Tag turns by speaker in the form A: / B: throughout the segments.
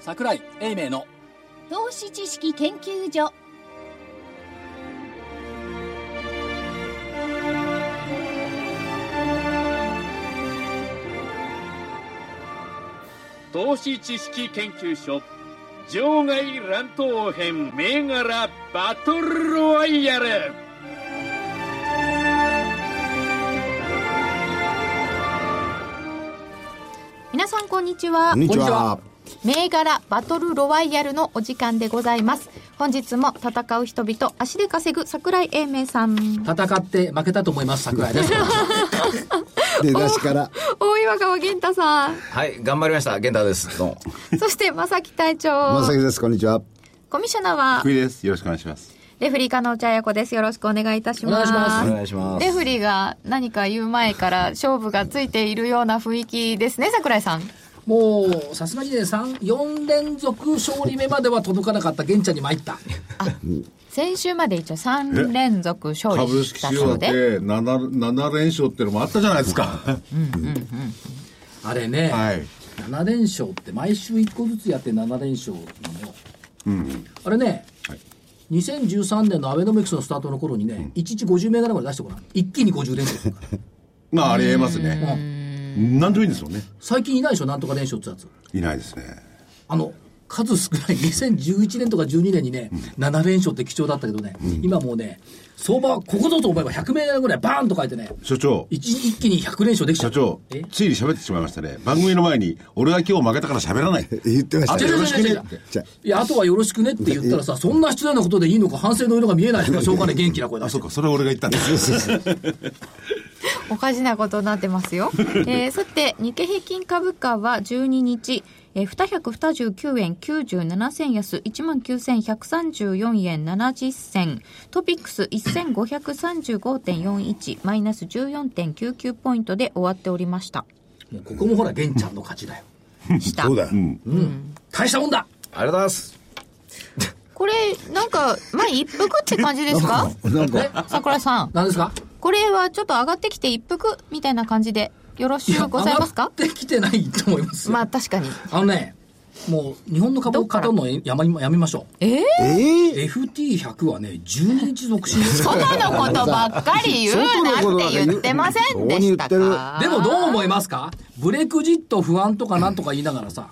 A: 桜井英明の
B: 投資知識研究所
C: 投資知識研究所場外乱闘編銘柄バトルロワイヤル
D: 皆さんこんにちは
E: こんにち
A: こんにち
E: は
A: は。
D: 銘柄バトルロワイヤルのお時間でございます本日も戦う人々足で稼ぐ桜井英明さん
A: 戦って負けたと思います桜井です
E: 出だしから。
D: 大岩川源太さん
F: はい、頑張りました。源太です。どうも。
D: そして正木隊長
E: まさきです。こんにちは。
D: コミッショナーは
G: 福井です。よろしくお願いします。
D: レフリー加納茶彩子ですよろしくお願いいたします
A: お願いしま
F: お願いします。
D: レフリーが何か言う前から勝負がついているような雰囲気ですね桜井さん
A: もうさすがにね三4連続勝利目までは届かなかった玄ちゃんに参った
D: 先週まで一応3連続勝
G: 株
D: 利し
G: 式
D: た
G: 市
D: そ
G: 場
D: う
G: で
D: で
G: 7、7連勝ってのもあったじゃないですか。
A: あれね、
G: はい。
A: 7連勝って毎週1個ずつやって7連勝なのよ、あれね、2013年のアベノミクスのスタートの頃にね、一日50銘柄まで出してごらん一気に50連勝するから
G: まあ、ありえますね。何でもいいんですよね。
A: 最近いないでしょなんとか連勝ってやつ
G: いないですね。
A: あの数少ない2011年とか12年にね、7連勝って貴重だったけどね、今もうね相場はここぞと思えば100銘柄ぐらいバーンと書いてね
G: 所長、
A: 一一気に100連勝できちゃ
G: 社
A: う
G: 長
A: え、
G: ついに喋ってしまいましたね。番組の前に、俺は今日負けたから喋らない。
E: 言ってました
G: あ
A: 違
G: と
A: う
G: よ
A: 違う
G: ろしく
A: 違
G: ね
A: う違う
G: って。
E: じゃ
A: いやあとはよろしくねって言ったらさそんな失礼なことでいいのか反省の色が見えないからしょうがない元気な声出
G: あ、
A: して
G: そうか、それは俺が言ったんです。
D: おかしなことになってます よ、えーさて日経平均株価は12日、えー、229円97銭安19,134円70銭トピックス1535.41マイナス14.99ポイントで終わっておりました
A: もうここもほら玄ちゃんの勝ちだよ
D: した
E: あ、どうだ。
A: 大したもんだ
F: ありがとうございます。
D: これなんか前一服って感じですか
E: なんか、
D: 桜井さん
A: 何ですか
D: これはちょっと上がってきて一服みたいな感じでよろしゅうございます
A: 上
D: か
A: がってきてないと思いますよ
D: まあ確かに
A: あのね、もう日本の株を買うのやまやめましょう。
D: えー、
E: ええ
A: FT100 はね、12日続進です
D: 外
A: よ。
D: のことばっかり言うなって言ってませんでしたか
A: でもどう思いますかブレクジット不安とかなんとか言いながらさ、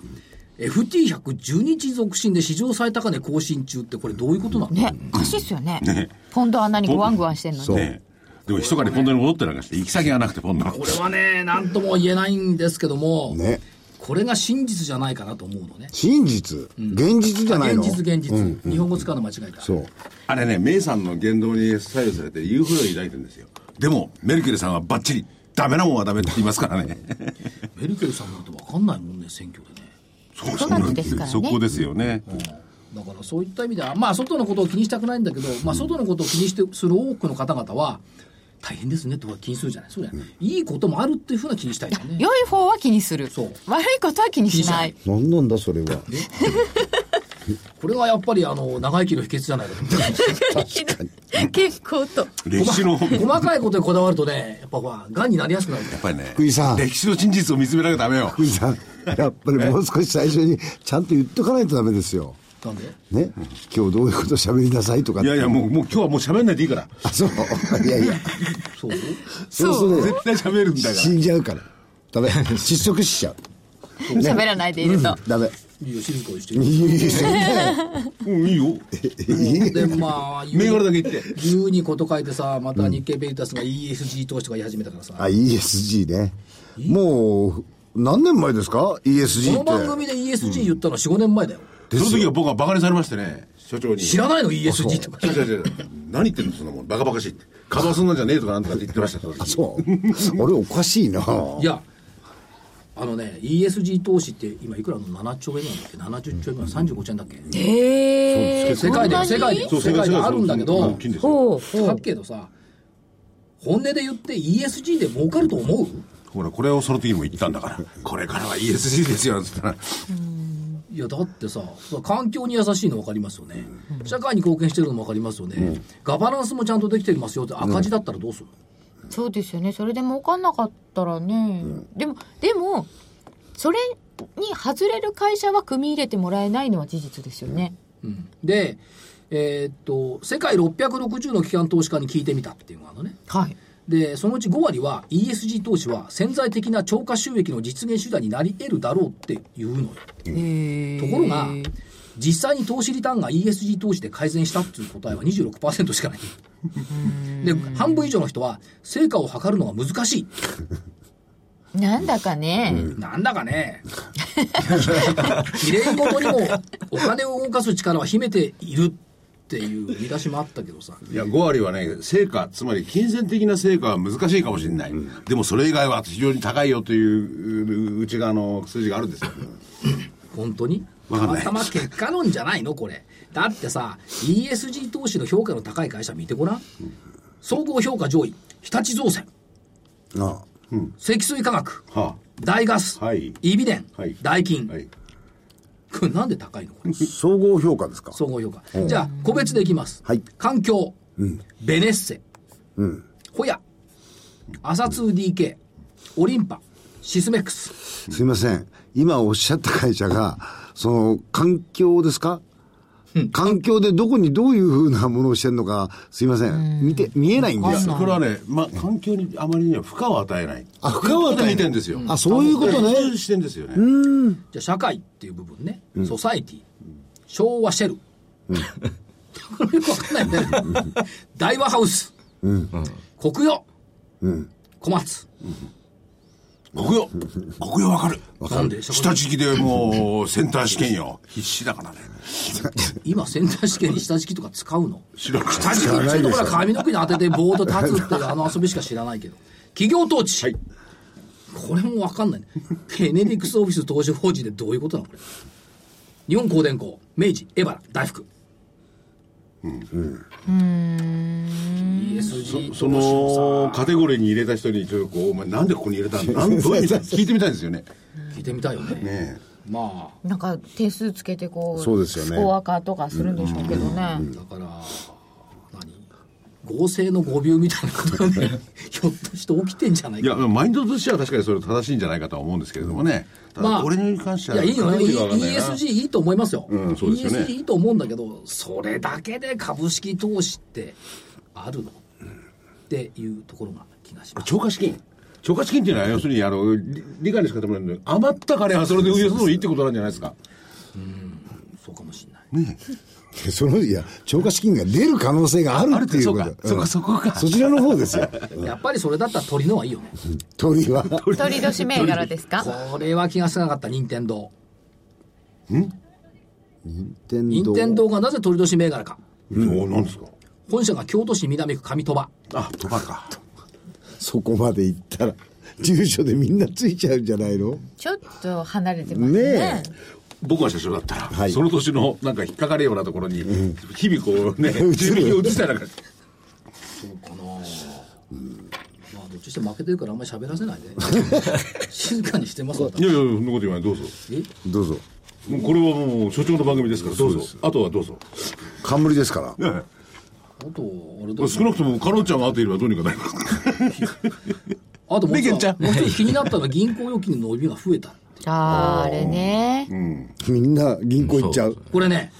A: FT112 日続進で史上最高値更新中ってこれどういうことなの、
D: ねおかしいっすよね
G: ね
D: ポンドあんなにグワングワンしてんのに
G: ねえでも、ひとかにポンドに戻ってなんかして、行き先がなくて、ポンドが。
A: これはね、なんとも言えないんですけども、
E: ね
A: これが真実じゃないかなと思うのね。
E: 真実、現実じゃない
A: 現
E: の
A: 実現実、日本語使うの間違えた。
E: そう。
G: あれね、メイさんの言動に左右されて、言うふうに抱いてるんですよ。でも、メルケルさんはバッチリ、ダメなもんはダメって言いますからね。
A: メルケルさんなんて分かんないもんね、選挙でね。
G: そう
D: 月ですからね
G: そこですよね。
A: だからそういった意味では、まあ、外のことを気にしたくないんだけど、まあ、外のことを気にしてする多くの方々は、大変ですねとか気にするじゃない、そうじゃない、いいこともあるっていうふうな気にしたいよね。
D: 良い方は気にする
A: そう
D: 悪いことは気にしない
E: なんなんだ、それは。
A: これがやっぱりあの長生きの秘訣じゃないかと思う
D: 結構と
G: 歴史の、やっ
A: 細かいことにこだわるとね、やっぱまあ、がんになりやすくなるんだよ
G: ぱりね、
E: 福井さん
G: 歴史の真実を見つめなきゃダメよ。
E: 福井さん、やっぱりもう少し最初にちゃんと言っとかないとダメですよ。
A: なんで、
E: ね。今日どういうこと喋りなさいとかっ
G: い
E: て
G: やいや、もう、もう今日はもう喋んないでいいから。
E: あ、そう。いやいや。
A: そう
E: そうするとね
G: 絶対喋るんだか
E: 死んじゃうから。ダメ。窒息しちゃう。
D: 喋らないでいると
E: ダメ。
A: いいよ、静かにして
E: いやいやいや
G: ら。うん、いいよ。
A: で、まあ、
G: 銘柄だけ言って。
A: 言うにこと書いてさ、また日経ベイタスが ESG 投資とか言い始めたからさ、
E: あ、ESG ね。もう、何年前ですか ?ESG
A: こ
E: って。
A: の番組で ESG 言ったのは4、5年前だよ。
G: その時は僕はバカにされましてね、所長に。
A: 知らないの ?ESG って。
G: 違う違う違う何言ってんのそんなもん。バカバカしいって。カバーすんなんじゃねえとかなんとかって言ってました、その時
E: あ、そう。あれおかしいな。
A: いや、あのね、ESG 投資って今いくらの7兆円なんだっけ、70兆円ぐらい、35兆円だっけ、
D: えー、
A: 世界で
D: そんなに
A: 世界で
G: そう
A: 世界であるんだけ
G: 世界で
A: ど
G: 大きいんですよ
D: ほうほ
A: だ
D: う
A: けどさ、本音で言って ESG で儲かると思う
G: ほら、これをその時にも言ったんだから。これからは ESG ですよ、つったら。
A: いやだってさ環境に優しいの分かりますよね、社会に貢献してるのも分かりますよね、ガバナンスもちゃんとできてますよって赤字だったらどうする、
D: そうですよねそれで儲かんなかったらね、でもでもそれに外れる会社は組み入れてもらえないのは事実ですよね。
A: で、えーっと、世界660の機関投資家に聞いてみたっていうのがあるのね。
D: はい。
A: で、そのうち5割は ESG 投資は潜在的な超過収益の実現手段になり得るだろうっていうの
D: と
A: よ。
D: こ
A: ところが、実際に投資リターンが ESG 投資で改善したっていう答えは26%しかない。で、半分以上の人は、成果を測るのは難しい。
D: なんだかね、
A: なんだかね。きれいごとにも、お金を動かす力は秘めているっていう見出しもあったけどさ。
G: いや、5割はね、成果、つまり金銭的な成果は難しいかもしれない。でもそれ以外は非常に高いよという、う内側の数字があるんですよ。
A: 本当にた
G: わかん
A: ま
G: ない
A: たま結果論じゃないのこれだってさ ESG 投資の評価の高い会社見てごらん総合評価上位日立造船
E: あ
A: 積水化学
G: は
A: 大ガス、
G: はい
A: イビデン、
G: はい
A: ダイキン、
G: あ、はい。
A: これなんで高いのこれ
E: あ総合評価ですか
A: 総合評価じゃあ個別でいきます、
E: はい
A: 環境、ベネッセ、ホヤアサ 2DK オリンパシスメックス
E: すいません。今おっしゃった会社が、その、環境ですか環境でどこにどういうふうなものをしてるのか、すいません。見て、見えないん
G: い
E: で
G: や
E: す。
G: これはね、まあ、環境にあまりには負荷を与えない。
E: あ負荷を与えない
G: 見てんですよ。
E: あ、そういうことね。
G: 普通視点ですよね。
A: じゃあ社会っていう部分ね、ソサイティ昭和シェル、これよくわかんないんだよね大和ハウス、国用、小松
G: 国用。国用わかる。
A: なんで
G: 下敷きでもう、センター試験よ。必死だからね。
A: 今センター試験に下敷きとか使うの
G: 知らな
A: 下敷きっていうところは髪の毛に当ててボード立つっ ていうあの遊びしか知らないけど企業統治、
G: はい
A: これもわかんないねケネディクスオフィス投資法人でどういうことなのこれ日本光電工明治エバラ大福うん ESG
G: そのカテゴリーに入れた人にちょっとこう「お前なんでここに入れ たんだ?」なんどういう意味だ聞いてみたいですよね。
A: 聞いてみたいよね
G: ね
A: ま
D: なんか点数つけてこう、
E: そうですよね
D: スコア化とかするんでしょうけどね。
A: あだから何合成の誤病みたいなことがね ひょっとして起きてんじゃない
G: え
A: か
G: いやマインドとしては確かにそれ正しいんじゃないかとは思うんですけれどもね。ただこれに関してはい
A: やいいよ、
G: カテゴリーがわかんないな
A: ESG いいと思いますよ、
G: うんそうですよね
A: ESG いいと思うんだけどそれだけで株式投資ってあるの、っていうところが気がします
G: 超過資金超過資金っていうのは要するにあの理理解の仕方もあるんで余った金はそれで運用するのもいいってことなんじゃないですか。
A: そうかもしれない
E: その、いや、超過資金が出る可能性があるっていうこと。
G: あるってそうかそうかそこか
E: そちらの方ですよ。
A: やっぱりそれだったら鳥の方がいいよね
E: 鳥は。
D: 鳥年銘柄です か
A: これは気がつかなかった任天堂
E: 任
A: 任天堂がなぜ鳥年銘柄か
G: うん、おなんですか。
A: 本社が京都市南区上鳥羽
G: あトバか。
E: そこまで行ったら、住所でみんなついちゃうんじゃないの
D: ちょっと離れてますね。
E: ね
G: 僕が社長だったら、
E: はい
G: その年のなんか引っかかるようなところに、日々こ うね
E: る
G: 住民を移したいなんか
A: かなまあどっちにしても負けてるからあんまり喋らせないで 静かにしてます
G: いやいやそんなこと言わないどうぞ。
A: え
E: どうぞ。
G: もうこれはもう所長の番組ですからどうぞあとはどうぞ
E: 冠ですから。
A: あとあれだよ
G: 少なくともカロンちゃんが後いればどうにかなります
A: あともう一
G: めげ
A: つ
G: ちゃう
A: もう一つ気になったのは銀行預金の伸びが増えた
D: あーあれね。
E: みんな銀行行っちゃう。
A: これね、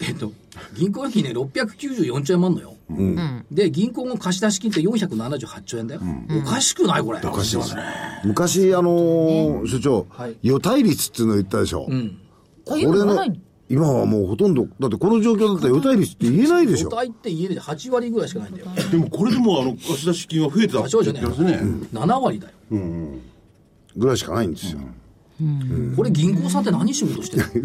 A: えっと、銀行預金ね、694兆円もあんのよ。で、銀行の貸出金って478兆円だよ。おかしくないこれ。おかしいわね。
E: 昔、あのー所長、
A: はい
E: 予対率っていうのを言ったでしょ。
D: こういうの言わないの
E: 今はもうほとんど、だってこの状況だったら予対率って言えないでし
A: 所
E: ょ。
A: 帯って家で8割ぐらいしかないんだよ。
G: でもこれでもあの貸し出し金は増えてた
A: あそうじゃね
G: って言ってますね
A: 7割だよ。
E: ぐらいしかないんですよ。
A: これ銀行さんって何仕事してる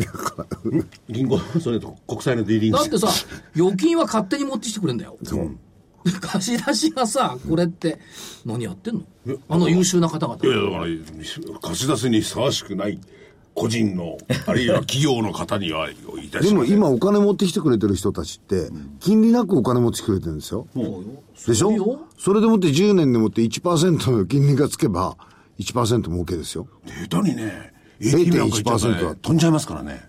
A: の
G: 銀行それと国債のディーリング
A: だってさ、預金は勝手に持ってきてくれんだよ。貸し出しがさ、これって、何やってんのあの優秀な方々。
G: いやいやだから貸し出しにふさわしくない個人のあるいは企業の方にはいたし
E: で
G: ま
E: も
G: せん
E: 今お金持ってきてくれてる人たちって、金利なくお金持ってきてくれてるんですよ。でし
A: そうよ
E: ょそれでもって10年でもって1%の金利がつけば、1%儲けですよ。
G: 下手にね ATM なんか行っちゃうとね
E: 0.1%
G: 飛んじゃいますからね、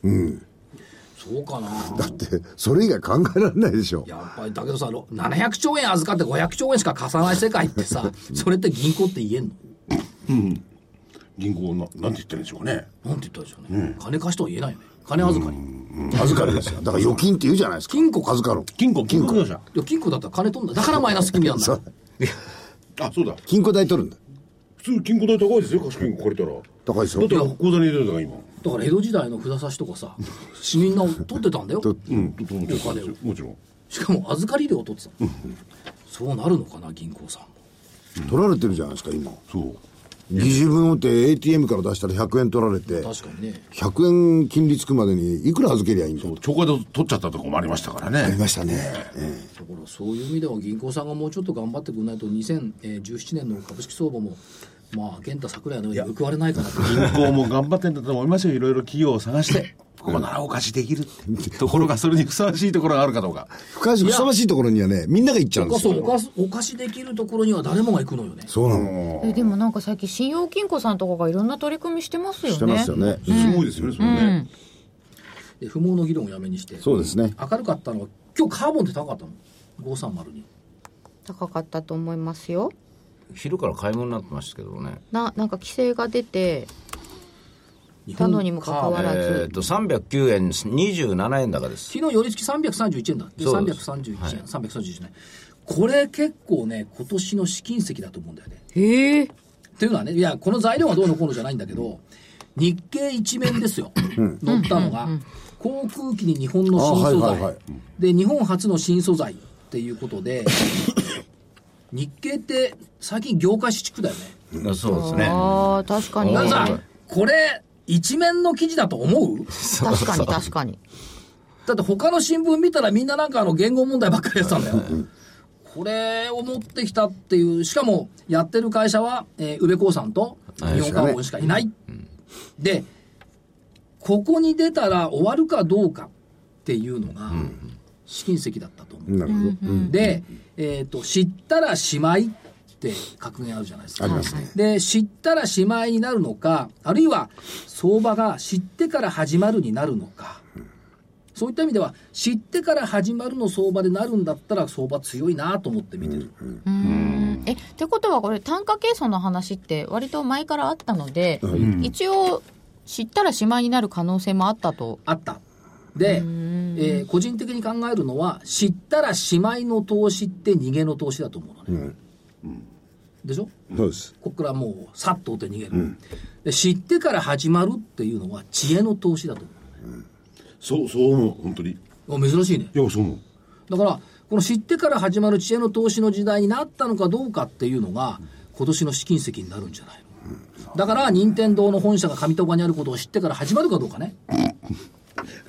A: そうかな。
E: だって、それ以外考えられないでしょ。
A: やっぱりだけどさ、ろ700兆円預かって500兆円しか貸さない世界ってさ、それって銀行って言えんの
G: 銀行な、なんて言ってるんでしょうかね。
A: なんて言ったでしょうね。金貸しとは言えないよね。金預かり。
E: 預かるんですよ。だから預金って言うじゃないですか。
A: 金庫か
E: 預かる。
G: 金庫、金庫業者。
A: いや、金庫だったら金取んだ。だからマイナス金利なんだ。
E: そう。
G: あ、そうだ。
E: 金庫代取るんだ。
G: 普通金庫代高いですよ、貸し金庫借りたら。
E: 高いです
G: だっ
E: よ
G: て。口座に入れてたから今。
A: だから江戸時代の札差しとかさ、市民な取ってたんだよ。
G: うん、とと思ってたんですよもちろん。
A: しかも預かり料取ってた。そうなるのかな、銀行さんも。
E: 取られてるじゃないですか、今。
G: そう。
E: 疑似分をって ATM から出したら100円取られて、
A: 確かにね。
E: 100円金利つくまでにいくら預けりゃいいんだと。
G: 超過で取っちゃったとこもありましたから
E: あり
G: ね。
E: ましたね。ええ
A: だからそういう意味では銀行さんがもうちょっと頑張ってくれないと2017年の株式相場もまあ源太桜井のように報われないかなと
G: 銀行も頑張ってんだと思いますよ。いろいろ企業を探して。ここならお貸しできるって。ところが、それにふさわしいところがあるかどうか。
E: 深橋ふさわしいところにはね、みんなが行っちゃうん
A: お
E: で
A: か
E: す
A: そうお
E: よ。
A: かすお貸しできるところには誰もが行くのよね
E: そうなの。
D: えでもなんか最近信用金庫さんとかがいろんな取り組みしてますよね
E: してますよね。
G: すごいですよね、それね。
A: で不毛の議論をやめにして
E: そうですね。
A: 明るかったのは今日カーボンって高かったの530に
D: 高かったと思いますよ
F: 昼から買い物になってましたけどね。
D: ななんか規制が出て
A: 日
D: たのにもかかわ
A: カーボン
D: らず、
F: えっと、309円、27円高です。
A: 昨日寄り付き331円だって
F: そうです
A: 331円、331円これ結構ね今年の試金石だと思うんだよね
D: へえ
A: っていうのはねいやこの材料がどうのこうのじゃないんだけど日経一面ですよ載ったのが航空機に日本の新素材、
E: あはいはいはい
A: で日本初の新素材っていうことで日経って最近業界支蓄だよね
F: あそうですね。
D: あー確かに
A: な
F: うんん
A: さ
F: はい
A: これ一面の記事だと思う
D: 確かに確かに
A: だって他の新聞見たらみんななんかあの言語問題ばっかりやってたんだよ。これを持ってきたっていう、しかもやってる会社は、えー宇部興産と日本カーボンしかいない。で、ここに出たら終わるかどうかっていうのが、試金石だったと思う。
E: なるほど。
A: で、えっ、と、知ったらしまいって格言あるじゃないですか。
E: ありますね。
A: で、知ったらしまいになるのか、あるいは相場が知ってから始まるになるのか、そういった意味では、知ってから始まるの相場でなるんだったら、相場強いなと思って見てる。
D: うんえってことはこれ単価計算の話って割と前からあったので、一応知ったらしまいになる可能性もあったと
A: あった。で、えー個人的に考えるのは、知ったらしまいの投資って逃げの投資だと思うのね。でしょ
E: そうです。
A: ここからもう、さっと追って逃げる、で。知ってから始まるっていうのは、知恵の投資だと
G: そう、そう思う、本当に。い
A: 思う。お珍しいね。
G: や、そう思う。
A: だから、この知ってから始まる知恵の投資の時代になったのかどうかっていうのが、今年の試金石になるんじゃないのだから、任天堂の本社が上戸岡にあることを知ってから始まるかどうかね。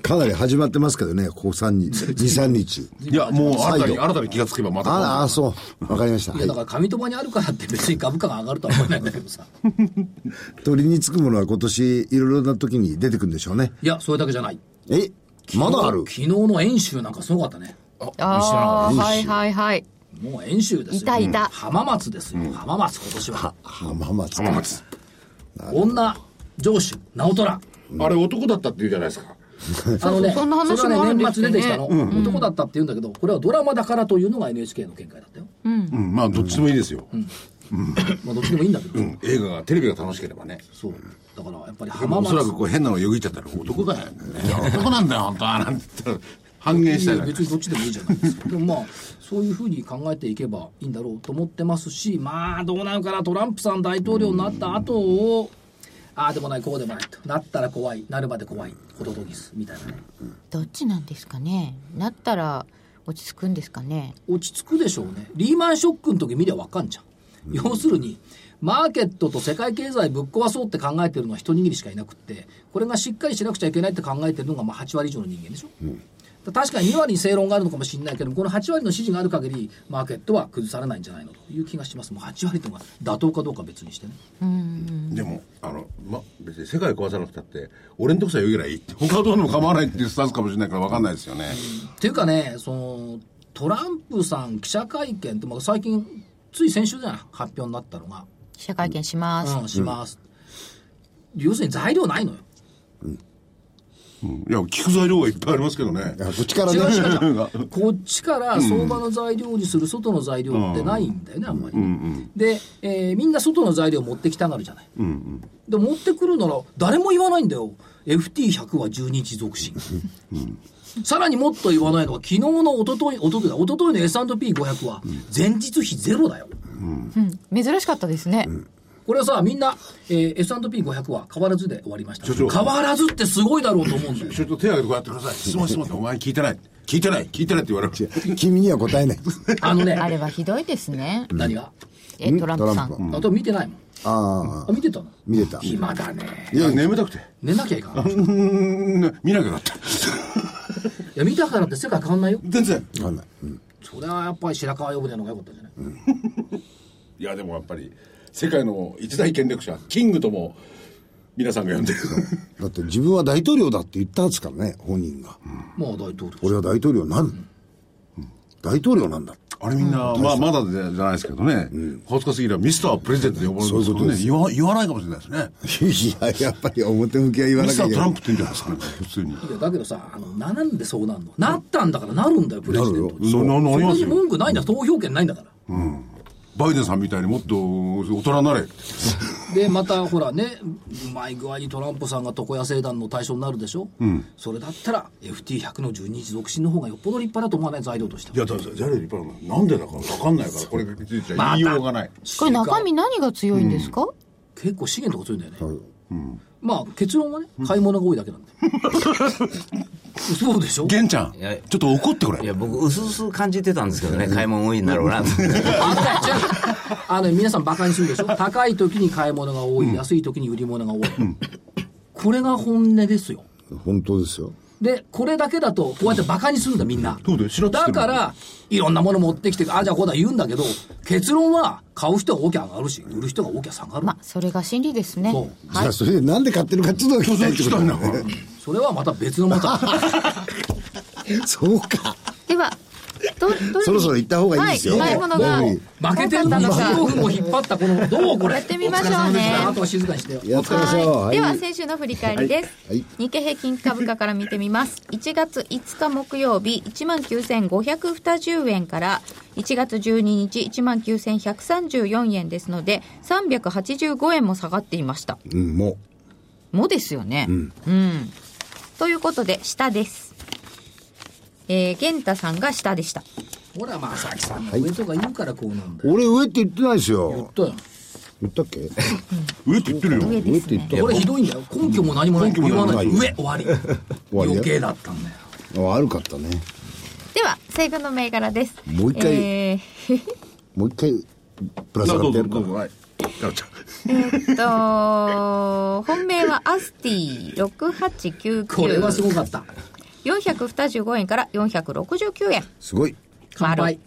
E: かなり始まってますけどね、ここ3日、2、3日。
G: いや、もう新た
E: 再
G: に、
E: 度
G: 新たに気がつけばまた。
E: ああ、そう。わかりました。
A: いや、だ
E: は
A: から上戸岡にあるからって別に株価が上がるとは思えないんだけどさ。
E: い鳥につくものは今年いろいろな時に出てくるんでしょうね。
A: いや、それだけじゃない。
E: えまだある
A: 昨日の演習なんかすごかったね。
D: ああはいはいはい
A: もう演習です
D: い
A: よ。
D: たいた
A: 浜松ですよ。浜松今年は。
E: 浜松か。
G: 浜松。
A: 女、上司、直虎。
G: あれ男だったって言うじゃないですか。
A: あの
D: そうそ
A: ね、
D: うそんな話
A: それ
D: も
A: は
D: あるん
A: ね、
D: で
A: 年
D: す
A: 末
D: よ
A: 出
D: ね
A: てきたの。男だったって言うんだけど、これはドラマだからというのが NHK の見解だったよ。
G: うん、まあ、どっちでもいいですよ。
A: まあ、どっちでもいいんだけど。
G: うん、映画が、テレビが楽しければね。
A: そう。だから、やっぱり
G: でも
A: 浜
G: おそら
A: 松
G: く。こう変なのよぎっちゃったら男だよ、ね。男なんだよ、本当は。なんて言ったら、半減したじ
A: い
G: ゃ
A: や
G: ない
A: 別にどっちでもいいじゃないですか。でもまあ、そういうふうに考えていけばいいんだろうと思ってますし、まあ、どうなるかな、トランプさん大統領になった後を、ああでもない、こうでもないと。なったら怖い、なるまで怖い、ホトトギス、みたいなね。
D: どっちなんですかねなったら落ち着くんですかね
A: 落ち着くでしょうね。リーマンショックの時見りゃわかんじゃん。要するに、マーケットと世界経済ぶっ壊そうって考えてるのは一握りしかいなくって、これがしっかりしなくちゃいけないって考えてるのがまあ8割以上の人間でしょ。確かに2割に正論があるのかもしれないけども、この8割の支持がある限り、マーケットは崩されないんじゃないのという気がします。もう8割というのが妥当かどうかは別にしてね。
G: でも、あの、ま、別に世界壊さなくたって、俺んとこさえよぎればいいって、他はどうでも構わないっていうスタンスかもしれないから分かんないですよね。
A: っていうかね、その、トランプさん記者会見って、まあ、最近、つい先週じゃない発表になったのが。
D: 記者会見します、
A: うん、します、要するに材料ないのよ、
G: うんいや、聞く材料がいっぱいありますけどね。
E: いやこっちか ら
A: 違
E: ね
A: う違う違うこっちから相場の材料にする外の材料ってないんだよね、あんまりね、で、えーみんな外の材料持ってきたがるじゃない、で持ってくるなら誰も言わないんだよ FT100 は12日続進さらにもっと言わないのは昨日の一昨日一昨日だ一昨日の S&P500 は前日比ゼロだよ、
D: うん、珍しかったですね、
A: これはさみんな、えー S&P500 は変わらずで終わりました
G: 所長
A: 変わらずってすごいだろうと思うんだよ
G: ちょっと手を挙げてこうやってください。質問質問って、お前聞いてない。聞いてない。聞いてないって言われる。
E: 君には答えない。
A: あのね
D: あれはひどいですね、
A: 何が
D: えトランプさん
E: トラン
A: あと見てないもん
E: あ
A: あ見てたの
E: 見てた
A: 暇だね
G: いや、眠たくて。
A: 寝なきゃいかないう
G: ーん、見なきゃよかった。
A: や見たからって世界変わんないよ
G: 全然。
E: あ、わかんない。うん
A: それはやっぱり白川呼ぶのが良かったんじゃない、
G: いや、でもやっぱり、世界の一大権力者、キングとも、皆さんが呼んでる。
E: だって自分は大統領だって言ったんですからね、本人が。
A: もう大統領
E: 俺は大統領になる。大統領なんだ。
G: あれみんな、まあ、まだじゃないですけどね。恥ずかしいら、ミスタープレゼントで呼ばれるんですけどね。言わ言わないかもしれないですね。
E: いや、やっぱり表向きは言わ
G: ミ
E: な
G: ス
E: き
G: タ
E: ゃ
G: ー
E: い
G: ト
E: けな
G: ラ
E: い
G: ンプって言うんじゃないですかね、普通に。
A: いやだけどさあのなんでそうなんのなったんだからなるんだよプレジデント
G: なる
A: に
G: よなななり
A: そ
G: ま
A: こ
G: す
A: に
G: よ
A: 文句ないんだ投票権ないんだから、
G: バイデンさんみたいにもっと大人になれって。
A: でまたほらねうまい具合にトランプさんが床屋政団の対象になるでしょ、それだったら FT100 の12日独身の方がよっぽど立派だと思わない材料として
G: いや、だから、誰に言ったなんでだかわかんないから、これがついちゃ言いようがない。
D: これ中身何が強いんですか、
A: 結構資源とか強いんだよね、まあ結論はね買い物が多いだけ なんだよそうでしょ
G: 玄ちゃん、
F: いや
G: ちょっと怒ってく
F: い
G: れ。
F: や、僕、薄々感じてたんですけど ね、買い物多いんだろうなと。
A: あの皆さんバカにするでしょ高い時に買い物が多い、安い時に売り物が多い、これが本音ですよ
E: 本当ですよ。
A: でこれだけだとこうやってバカにするんだみんな、
G: そうだよ知らず知ら
A: だ
G: ず
A: からいろんなもの持ってきてあじゃあこうだ言うんだけど結論は買う人が大きゃ上がるし売る人が大きゃ下がる、
D: まあそれが真理ですね
A: そう
E: じゃあ、それでなんで買ってるかっていうのが聞きたいってことだよね
A: それはまた別のま た
E: そうか。
D: ではどどういうふうに
E: そろそろ行った方がいいですよ
D: は買い物が
E: どういうふうに
A: 負けてる
D: 多か
A: のに
D: ったの
A: 15
D: か
A: 分も引っ張ったこのどうこれ
D: やってみましょうね
A: お疲れ様でたあとは静かにしてよ
E: やってみましょう。
D: はい、では
E: はい
D: 先週の振り返りです、
E: はいはい
D: 日経平均株価から見てみます1月5日木曜日19,520円から1月12日19,134円ですので385円も下がっていました
E: うん、も
D: もですよねうん、ということで下ですえー、玄太さんが下でした
A: ほらまあさきさんが上とか言うからこうなんだ
E: う。
A: よ、
E: 俺上って言ってないですよ。
A: とよ
E: 言ったっ け
G: 上って言ってるよ。
D: 上
E: 上
D: で
E: っ
D: す
E: て言
D: ね
E: った
A: これひどいんだよ根拠も何もない言わない
E: 根拠もな
A: 上終わり
E: わり
A: 余計だったんだよ
E: あ悪かったね。
D: では西軍の銘柄です
E: もう一回
D: えー
E: もう一回、プラス
G: な
E: 上
G: ど
E: がっ
G: うぞど
E: てやるか
G: うぞはい。やっちゃ
D: えっと、 本命はアスティ6899。
A: これはすごかった
D: 425円から469円。
E: すごい。
A: 乾杯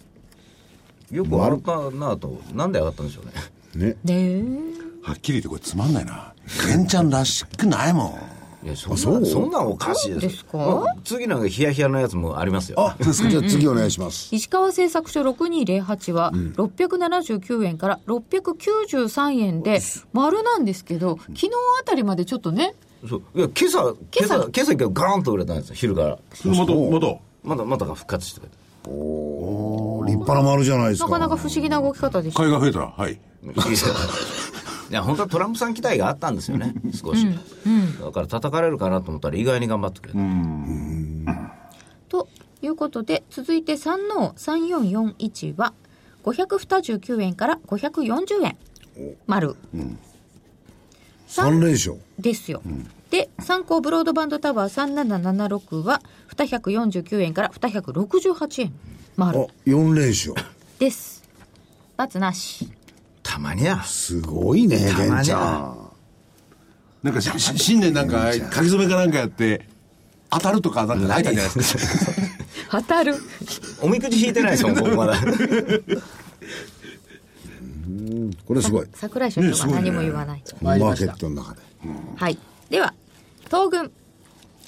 F: よく歩かなと、なんで上がったんでしょうね。
E: ね。
D: で、
G: うはっきり言ってこれつまんないな。玄ちゃんらしくないもん。
F: いや、そんな、そんなのおかしいです
D: そうですか
F: 次なんかヒヤヒヤのやつもありますよ。
E: そうですか。じゃあ次お願いします。
D: 石川製作所6208は679円から693円で、丸なんですけど、昨日あたりまでちょっとね、
F: そういや、今朝、今朝、今朝、ガーンと売れたんですよ、昼から。
G: それまた、また。
F: まだまだが復活して くれた。
E: お立派な丸じゃないです
D: な
E: か。
D: かなか不思議な動き方でした。
G: 買いが増えたら、はい。
F: いや本当はトランプさん期待があったんですよね、少し、だから叩かれるかなと思ったら、意外に頑張ってくれた、
D: ということで続いて三の3441は529円から540円丸、
E: 三
D: 三
E: 連勝。
D: ですよ、で参考ブロードバンドタワー3776は249円から268円
E: あ
D: 丸、
E: 四連勝。
D: です罰なした
F: まには、
E: すごいね、
F: たまには
E: 玄ちゃん。
G: なんか、しし新年なんか、書き初めかなんかやって、当たるとかなんかないたんじゃないですか。
D: 当たる
F: おみくじ引いてないですもん、僕まだ、
E: これすごい。
D: 桜井所長が何も言わない
E: マ
A: 参り
E: ー
A: まし
E: ケ
A: た
E: ットの中で。
D: はい。では、東軍。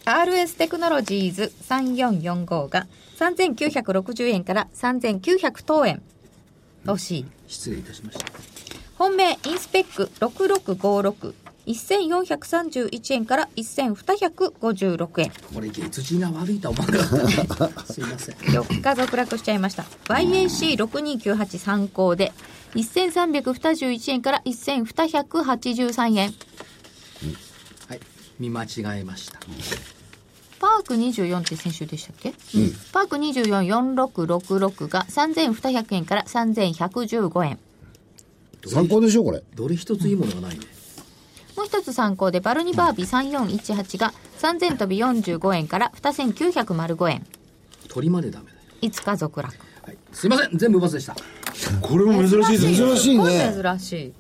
D: RS テクノロジーズ3445が3960円から3900等円。惜しい。
A: 失礼いたしました
D: 本命インスペック6656 1431円から1256円。
A: これ月次が悪いとは思わなかったねすいません
D: 4日続落しちゃいました YAC6298 参考で1321円から1283円
A: はい見間違えました
D: パーク24って先週でしたっけ、パーク244666が3200円から3115円
E: 参考でしょ、これ。
A: どれ一ついいものがないね
D: もう一つ参考でバルニバービー3418が3000飛び45円から2905円
A: 鳥までダメだよ、
D: 5日続落
A: はい、すいません全部バツでした
G: これも珍しいですね
E: 珍しいね
D: すごい珍しい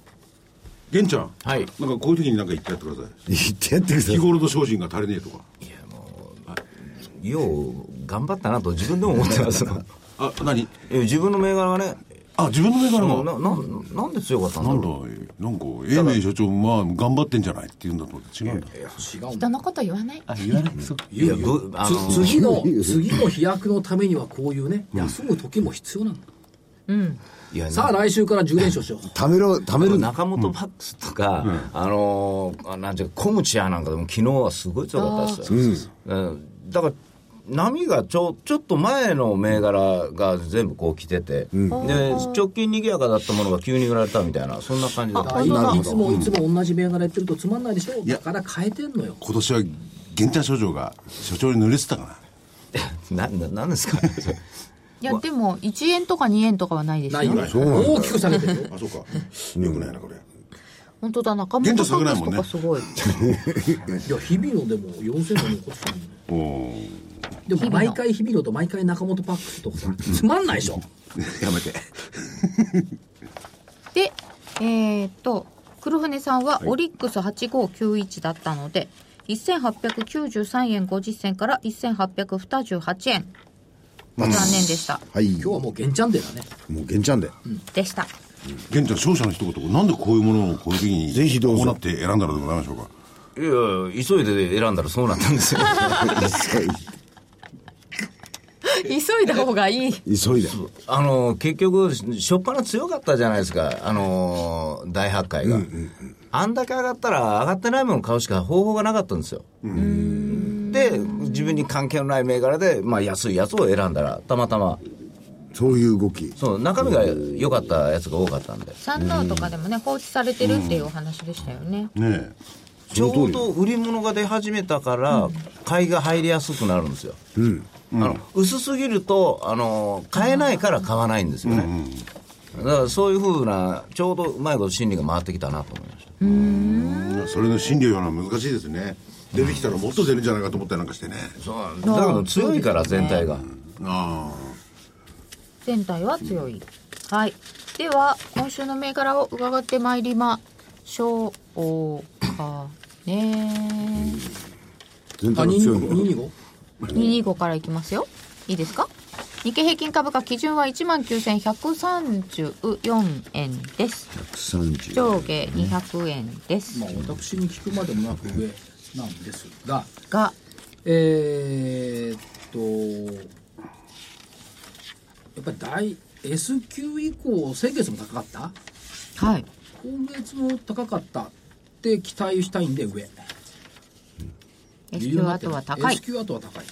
G: 玄ちゃん、
F: はい
G: なんかこういう時になんか言ってやってください
E: 言ってやってください
G: 日。頃の精進が足りねえとか
F: よう頑張ったなと自分でも思ってますい
G: あ何
F: や自分の銘柄がね
G: あ自分の銘柄
F: な
G: が
F: ななんなんで強かったんだ
G: な
F: ろ
G: ん
F: う
G: だなんか英明所長まあ頑張ってんじゃないって言うんだと思って違うんだ
A: 違うんだ
D: 人のこと言わない
G: あ言わないそう
F: いやぶあの
A: つ次の次の飛躍のためにはこういうね休む時も必要なんだ、
F: いや
A: さあ来週から10連勝しよう
E: 貯めろ、貯めるんだ。
F: 中本パックスとか、あのーあなんていうか、小口アなんかでも昨日はすごい強かったですよ。うんだから波がちょちょっと前の銘柄が全部こう来てて、で直近にぎやかだったものが急に売られたみたいなそんな感じだっ
A: だ
F: た
A: から今いつもいつも同じ銘柄やってるとつまんないでしょ
G: いや
A: だから変えてんのよ
G: 今年は玄ちゃん所長が所長に濡れてたかな
F: な ななんですか
D: いやでも1円とか2円とかはないです
A: な
D: よ
A: いよ大きく下げてるよ
G: あそうかよくないなこれ
D: 本当だ中
G: 現
D: 本
G: 状
D: パ
G: 少ないもん
D: ックスと
G: ね
D: かすごい
A: いや日々のでも4000万残してる
G: お
A: の
G: おー
A: でも
D: 々
A: 毎回日々のと毎回中本パックスとかさつまんないでしょ
G: やめて
D: でえーっと黒船さんはオリックス8591だったので、1893円50銭から1828円残念でした
E: はい。
A: 今日はもうゲンチャンデーだね
E: もう、げんちゃんで。
D: でした
G: 玄ちゃん勝者の一言なんでこういうものをこういう時に
E: ぜひどうぞ
G: こなって選んだのでございましょうか
F: いや急いで選んだらそうなったんですよ
D: 急いだ方がいい
E: 急いで。
F: あのー結局しょっぱな強かったじゃないですかあのー大発会が、あんだけ上がったら上がってないものを買うしか方法がなかったんですよで自分に関係のない銘柄で、まあ、安いやつを選んだらたまたま
E: そういう動き。
F: そう中身が良かったやつが多かったんで
D: 山王とかでもね放置されてるっていうお話でしたよね
G: ね
F: ちょうど売り物が出始めたから買いが入りやすくなるんですよ、あの薄すぎるとあの買えないから買わないんですよね、だからそういうふうなちょうどうまいこと心理が回ってきたなと思いました
G: えそれの心理をやるのは難しいですね出てきたらもっと出るんじゃないかと思ったりなんかしてね
F: そうだけど強いから全体が、
G: あ
D: 全体は強いはいでは今週の銘柄を伺ってまいりましょうかね
E: 全体
A: あ
E: が強いんだよ。
A: 225
D: 225からいきますよいいですか日経平均株価基準は1万9134円です
E: 130。
D: 上下200円です
A: まあ私に聞くまでもなく上なんですが
D: が
A: えーっとやっぱり大 S q 以降先月も高かった
D: はい
A: 今月も高かったって期待したいんで上
D: S q 後は高い
A: S q 後は高い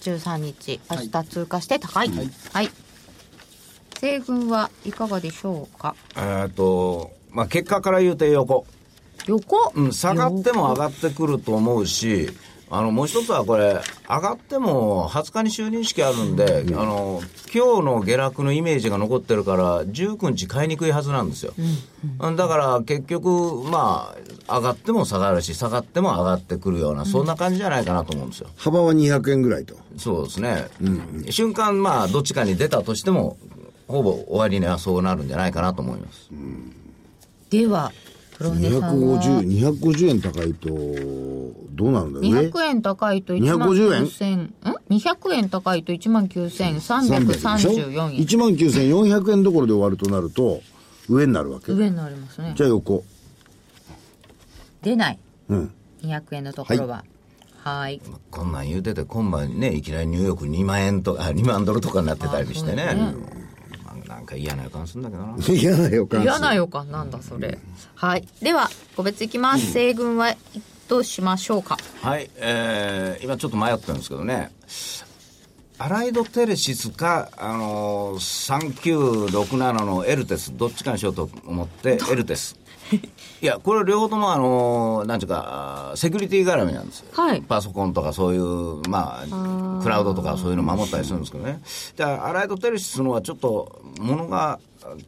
D: 13日明
A: はい
D: 日通過して高いはい、西軍はいかがでしょうか
F: えーっとまあ結果から言うて横
D: 横、
F: うん、下がっても上がってくると思うし、あのもう一つはこれ、上がっても20日に就任式あるんで、あの今日の下落のイメージが残ってるから、19日買いにくいはずなんですよ。うんだから結局、まあ、上がっても下がるし、下がっても上がってくるような、そんな感じじゃないかなと思うんですよ。
E: 幅は200円ぐらいと。
F: そうですね、瞬間、まあ、どっちかに出たとしても、ほぼ終わりにはそうなるんじゃないかなと思います。
D: では黒船さんは
E: 250、250円高いと、どうなるんだよね。
D: 200円高いと1万
E: 250円
D: 9000円200円高いと1万9334円
E: 1万9400円どころで終わるとなると、上になるわけ。
D: 上になりますね
E: じゃあ横。
D: 出ない
E: うん。
D: 200円のところははい
F: こんなん言うてて今晩ねいきなりニューヨーク2万円とかあ2万ドルとかになってたりしてねうんまあなんなんか嫌な予感するんだけどな。
E: 嫌な予感する
D: 嫌な予感なんだそれ、はいでは個別いきます西軍はどうしましょうか
F: はい、えー今ちょっと迷ってるんですけどね、アライドテレシスか、あのー3967のエルテス、どっちかにしようと思って、エルテス。いや、これ両方とも、あのーなんていうか、セキュリティ絡みなんですよ。
D: はい
F: パソコンとかそういう、まあ、クラウドとかそういうの守ったりするんですけどね。じゃあ、アライドテレシスのはちょっと、ものが、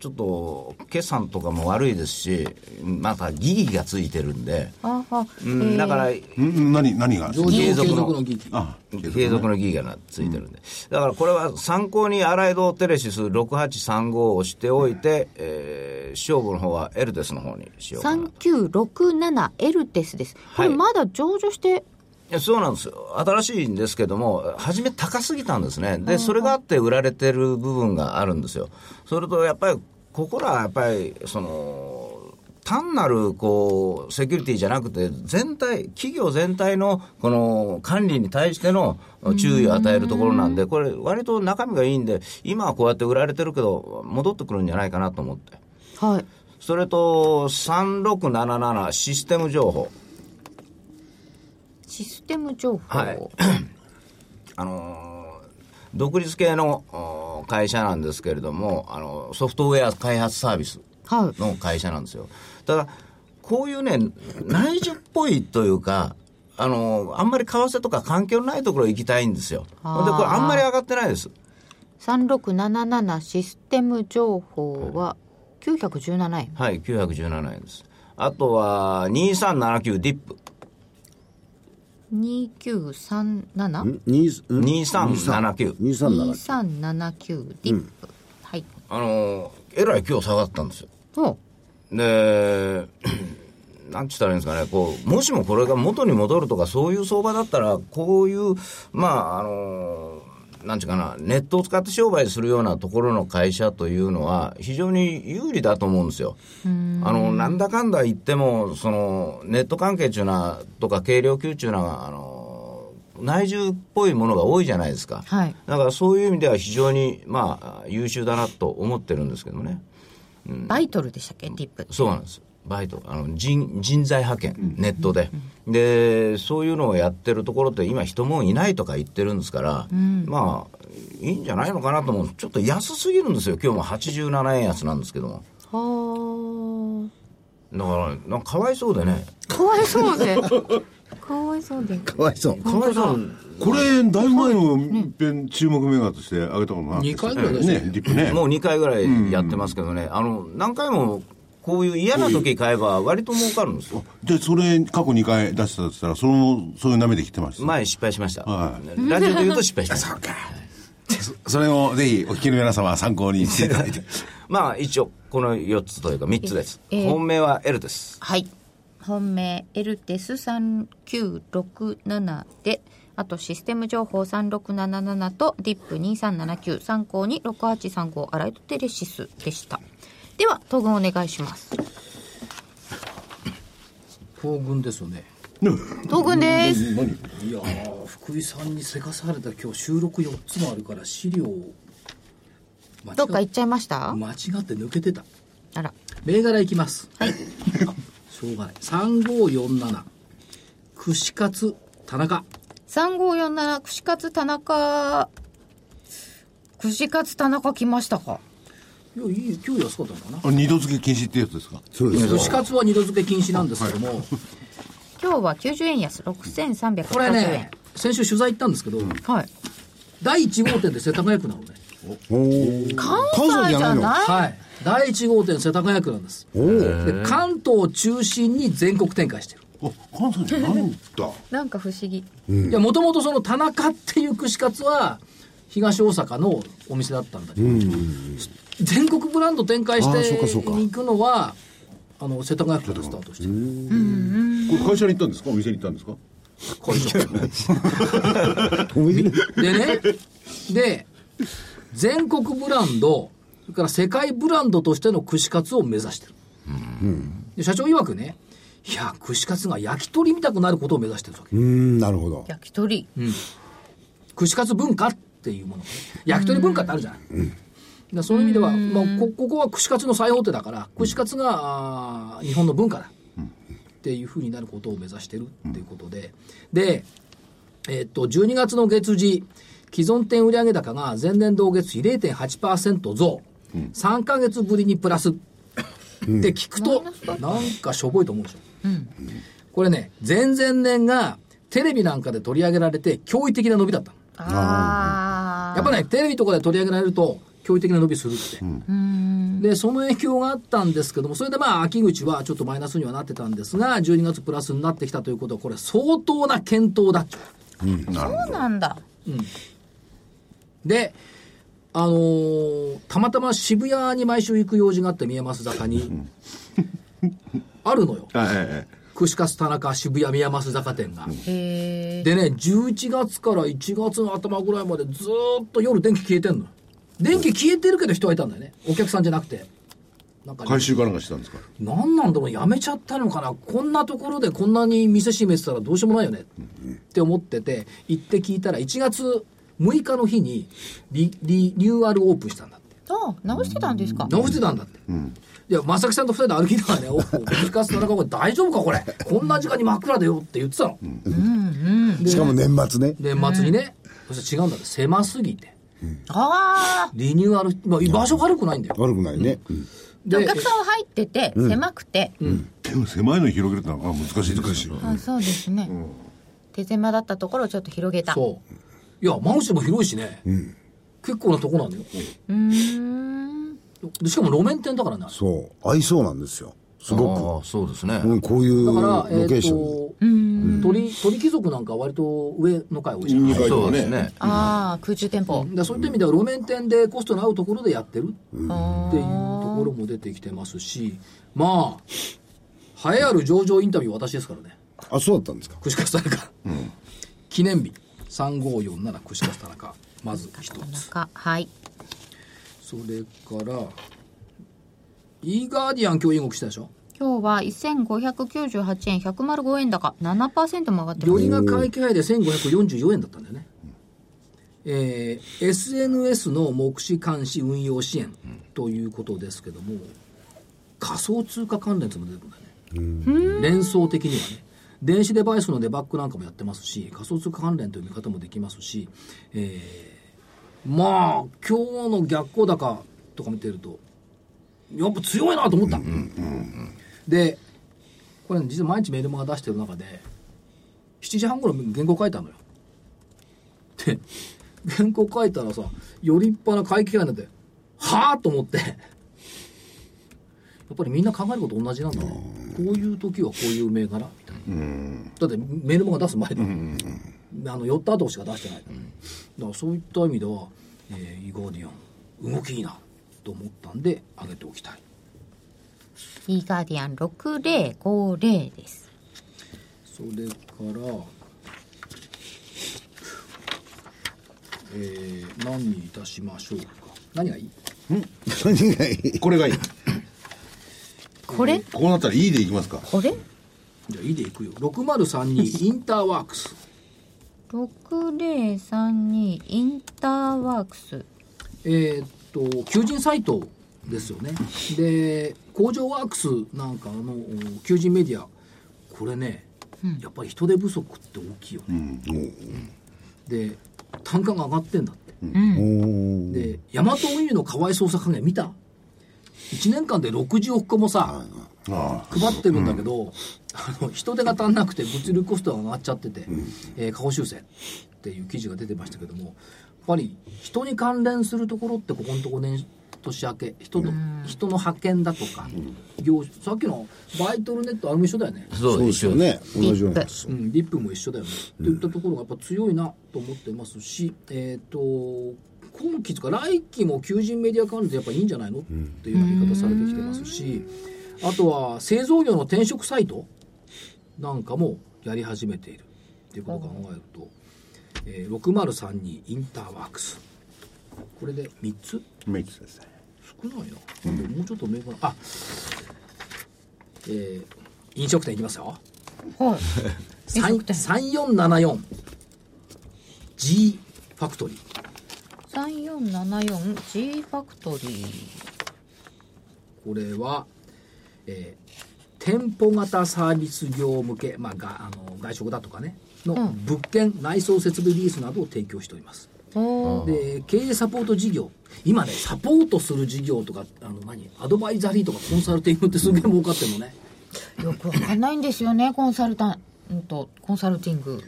F: ちょっと、決算とかも悪いですし、また疑義がついてるんで、
D: ああ
F: うん、だから、
G: うん何何が
A: 上場継
F: 継続の
A: 続の危機
G: あ
F: 継続のギガがついてるんで、だからこれは参考にアライドテレシス6835を押しておいて、えー勝負の方はエルテスの方にしようかな。
D: 3967エルテスですこれ
F: はい
D: まだ上場して、
F: いやそうなんですよ。新しいんですけども、初め高すぎたんですね。で、それがあって売られてる部分があるんですよ。それとやっぱり、ここらはやっぱり、その、単なる、こう、セキュリティじゃなくて、全体、企業全体の、この、管理に対しての注意を与えるところなんで、これ、割と中身がいいんで、今はこうやって売られてるけど、戻ってくるんじゃないかなと思って。
D: はい
F: それと、3677、システム情報。
D: システム情報、
F: はいあのー独立系のおー会社なんですけれども、あのソフトウェア開発サービス
D: はい
F: の会社なんですよ。ただ、こういうね、内需っぽいというか、あのーあんまり為替とか関係のないところ行きたいんですよ。で、これ
D: あー
F: あんまり上がってないです。
D: 3677システム情報は917円
F: はい、917円です。あとは、2379ディップ。
D: 29372379
E: にん
F: 2379
E: 2379
D: ディップ、はい
F: あのーえらい今日下がったんですよ。
D: お
F: で、 なんつったらいいんですかね、こう、もしもこれが元に戻るとか、そういう相場だったら、こういう、まあ、あの、なんちゅうかな、ネットを使って商売するようなところの会社というのは、非常に有利だと思うんですよ。あの、なんだかんだ言っても、その、ネット関係中な、とか、軽量級中な、あの、内需っぽいものが多いじゃないですか。
D: はい
F: だからそういう意味では非常に、まあ、優秀だなと思ってるんですけどね。
D: バイトルでしたっけディップ
F: そうなんです。バイト、あの人人材派遣、ネットで、で、そういうのをやってるところって、今、人もいないとか言ってるんですから、まあ、いいんじゃないのかなと思う、ちょっと安すぎるんですよ、今日も87円安なんですけども、
D: は
F: だから、なんかかわいそうでね、
D: あかわいそうでかわいそうで
E: かわいそう
F: かわいそう、
G: これだいぶ前もいっぺん注目銘柄として上げたことな
A: 二回ぐらい出して
G: ねリップね
F: もう2回ぐらいやってますけどね、あの何回もこういう嫌な時買えば、割と儲かるんですよ。
G: でそれ過去2回出してたって言ったらそのそういう舐めできてました
F: 前失敗しました、
G: は
F: ラジオで言うと失敗しました
G: それをぜひお聞きの皆様は参考にしていただ いて
F: まあ一応この4つというか3つです、
D: ええ
F: 本命は L です
D: はい本命エルテス3967であとシステム情報3677とディップ2379参考に6835アライトテレシスでしたでは東軍お願いします
A: 東軍ですよね
D: 東軍です
A: いやー福井さんにせかされた今日収録4つもあるから資料を間違
D: どっか行っちゃいました
A: 間違って抜けてた
D: あら
A: 銘柄いきます はいしょうがない3547串カツ田中
D: 3547串カツ田中串カツ田中来ましたか
A: いやいい今日安かったのかな
G: 二度付け禁止ってやつですか
E: そうです
A: 串カツは二度漬け禁止なんですけども、
D: 今日は90円安6380円
A: これね先週取材行ったんですけど、
D: はい
A: 第1号店で世田谷区なのね
D: 関西じゃない
A: はい第1号店世田谷区なんですで関東を中心に全国展開してる
G: あ関西じゃないんだ
D: なんか不思議
A: いやもともとその田中っていう串カツは東大阪のお店だったんだけど、全国ブランド展開し
E: あーそうかそ
A: て
E: うか
A: 行くのはあの世田谷区からスタートしてる
G: これ会社に行ったんですかお店に行ったんですか
A: これ以上
E: お店で
A: でね、で、全国ブランド、それから世界ブランドとしての串カツを目指してる。で社長曰くね、いや、串カツが焼き鳥みたくなることを目指してるわけ
E: う。ーんなるほど
D: 焼き鳥
A: 串カツ文化っていうものがね。焼き鳥文化ってあるじゃない。だからそういう意味では、まあ、こここは串カツの最大手だから串カツがあー日本の文化だっていうふうになることを目指してるっていうことでで、えっと12月の月次既存店売上高が前年同月比0.8%増、3か月ぶりにプラスって聞くと、なんかしょぼいと思うでしょ、これね前々年がテレビなんかで取り上げられて驚異的な伸びだったの
D: あ
A: やっぱね、テレビとかで取り上げられると、驚異的な伸びするって、で、その影響があったんですけども、それでまあ、秋口はちょっとマイナスにはなってたんですが、12月プラスになってきたということは、これ、相当な検討だっちゅう
D: そうなんだ
A: で、あのーたまたま渋谷に毎週行く用事があって、見えます坂に。あるのよ。
G: はいはいはい
A: 串カツ田中渋谷宮益坂店が、
D: へ
A: でね11月から1月の頭ぐらいまでずーっと夜電気消えてんの電気消えてるけど人はいたんだよねお客さんじゃなくてなんかね
G: 回収かなんかしてたんですか
A: 何なんだろうやめちゃったのかなこんなところでこんなに店閉めてたらどうしようもないよねって思ってて行って聞いたら1月6日の日にリリニューアルオープンしたんだって
D: あ直してたんですか
A: 直してたんだって、いや正木さんと二人で歩きながらね「おお聞かせ田中これ大丈夫かこれこんな時間に真っ暗だよ」って言ってたの、
E: しかも年末ね。
A: 年末にね、そしたら違うんだって狭すぎて
D: ああ
A: リニューアル、まあ、居場所悪くないんだよ
E: 悪くないね。うん
D: お客さんは入ってて狭くて、
G: でも狭いの広げるってのは難しい難しい
D: あそうですね、手狭だったところをちょっと広げた
A: そういやマウスも広いしね、結構なとこなんだよ、
D: うーん
A: でしかも路面店だからね
E: そう。合いそうなんですよ。す
F: あ
E: ご
F: あそうですね
E: く。うん、こういう
A: だから
E: ロ、
A: えっ、
E: ケーション。
A: と鳥鳥貴族なんかは割と上の階多いじゃん、
G: 二階
F: そ
G: と
F: う
G: か
F: です
G: ね
F: ね
D: ああ空中店舗、
A: だからそういった意味では路面店でコストの合うところでやってる
D: あ
A: っていうところも出てきてますしまあ栄えある上場インタビュー私ですからね
E: あ、そうだったんですか。
A: 串カツ田中、記念日3547串カツ田中まず一
D: ー
A: つ
D: 中はい
A: それからイーガーディアン今日英語したでしょ
D: 今日は1598円105円高7%も上がってま
A: よ
D: す
A: りが会計配で1544円だったんだよね、えー SNS の目視監視運用支援ということですけども仮想通貨関連つも出てくるんだよね連想的にはね電子デバイスのデバッグなんかもやってますし仮想通貨関連という見方もできますし、えーまあ今日の逆行高とか見てるとやっぱ強いなと思った、でこれ、ね、実は毎日メールマガ出してる中で7時半頃原稿書いたのよで原稿書いたらさより立派な会計案なんではあと思ってやっぱりみんな考えること同じなんだねこういう時はこういう銘柄みたいなだってメールマガ出す前だもんあの寄った後しか出してないから、だからそういった意味では、えーイゴーディオン動きいいなと思ったんで上げておきたい
D: イーガーディアン6050です
A: それから、えー、何にいたしましょうか。何がいい
E: 何がいい
G: これがいい
D: これ
G: こうなったらいいでいきますか
D: これ
A: じゃあ、いいでいくよ。6032インターワークス。
D: 6032インターワークス
A: えーっと、求人サイトですよね。で、工場ワークスなんかのお求人メディア、これね、やっぱり人手不足って大きいよね。で、単価が上がってんだって。で、ヤマト運輸の河合捜査加減見た ?1 年間で60億個もさ、
G: あ
A: 配ってるんだけど、あの人手が足んなくて物流コストが上がっちゃってて、えー下方修正っていう記事が出てましたけどもやっぱり人に関連するところってここのとこ年年明け人の,、人の派遣だとか、業種さっきのバイトルネットあれも一緒だよね、
F: そ
E: そ
F: う
E: う
F: で
E: ですす
F: よ
E: よ
F: ね
E: ね。同じような。
D: リ
A: うんリップも一緒だよね、といったところがやっぱ強いなと思ってますしえっ、と今期とか来期も求人メディア関連でやっぱいいんじゃないのっていうような言い方されてきてますしあとは製造業の転職サイトなんかもやり始めているっていうことを考えると、えー6032インターワークスこれで3つ
G: あメイクですね
A: 少ないな、もうちょっと銘柄あえー飲食店いきますよ
D: はい
A: 三
D: 飲食店
A: 3474 G ファクトリー
D: 3474G ファクトリー
A: これは、えー店舗型サービス業向け、まあ、があの外食だとかねの物件、内装設備リースなどを提供しております
D: おー
A: で経営サポート事業今ねサポートする事業とかあの何アドバイザリーとかコンサルティングってすげえ儲かってるのね
D: よくわかんないんですよねコンサルタントコンサルティング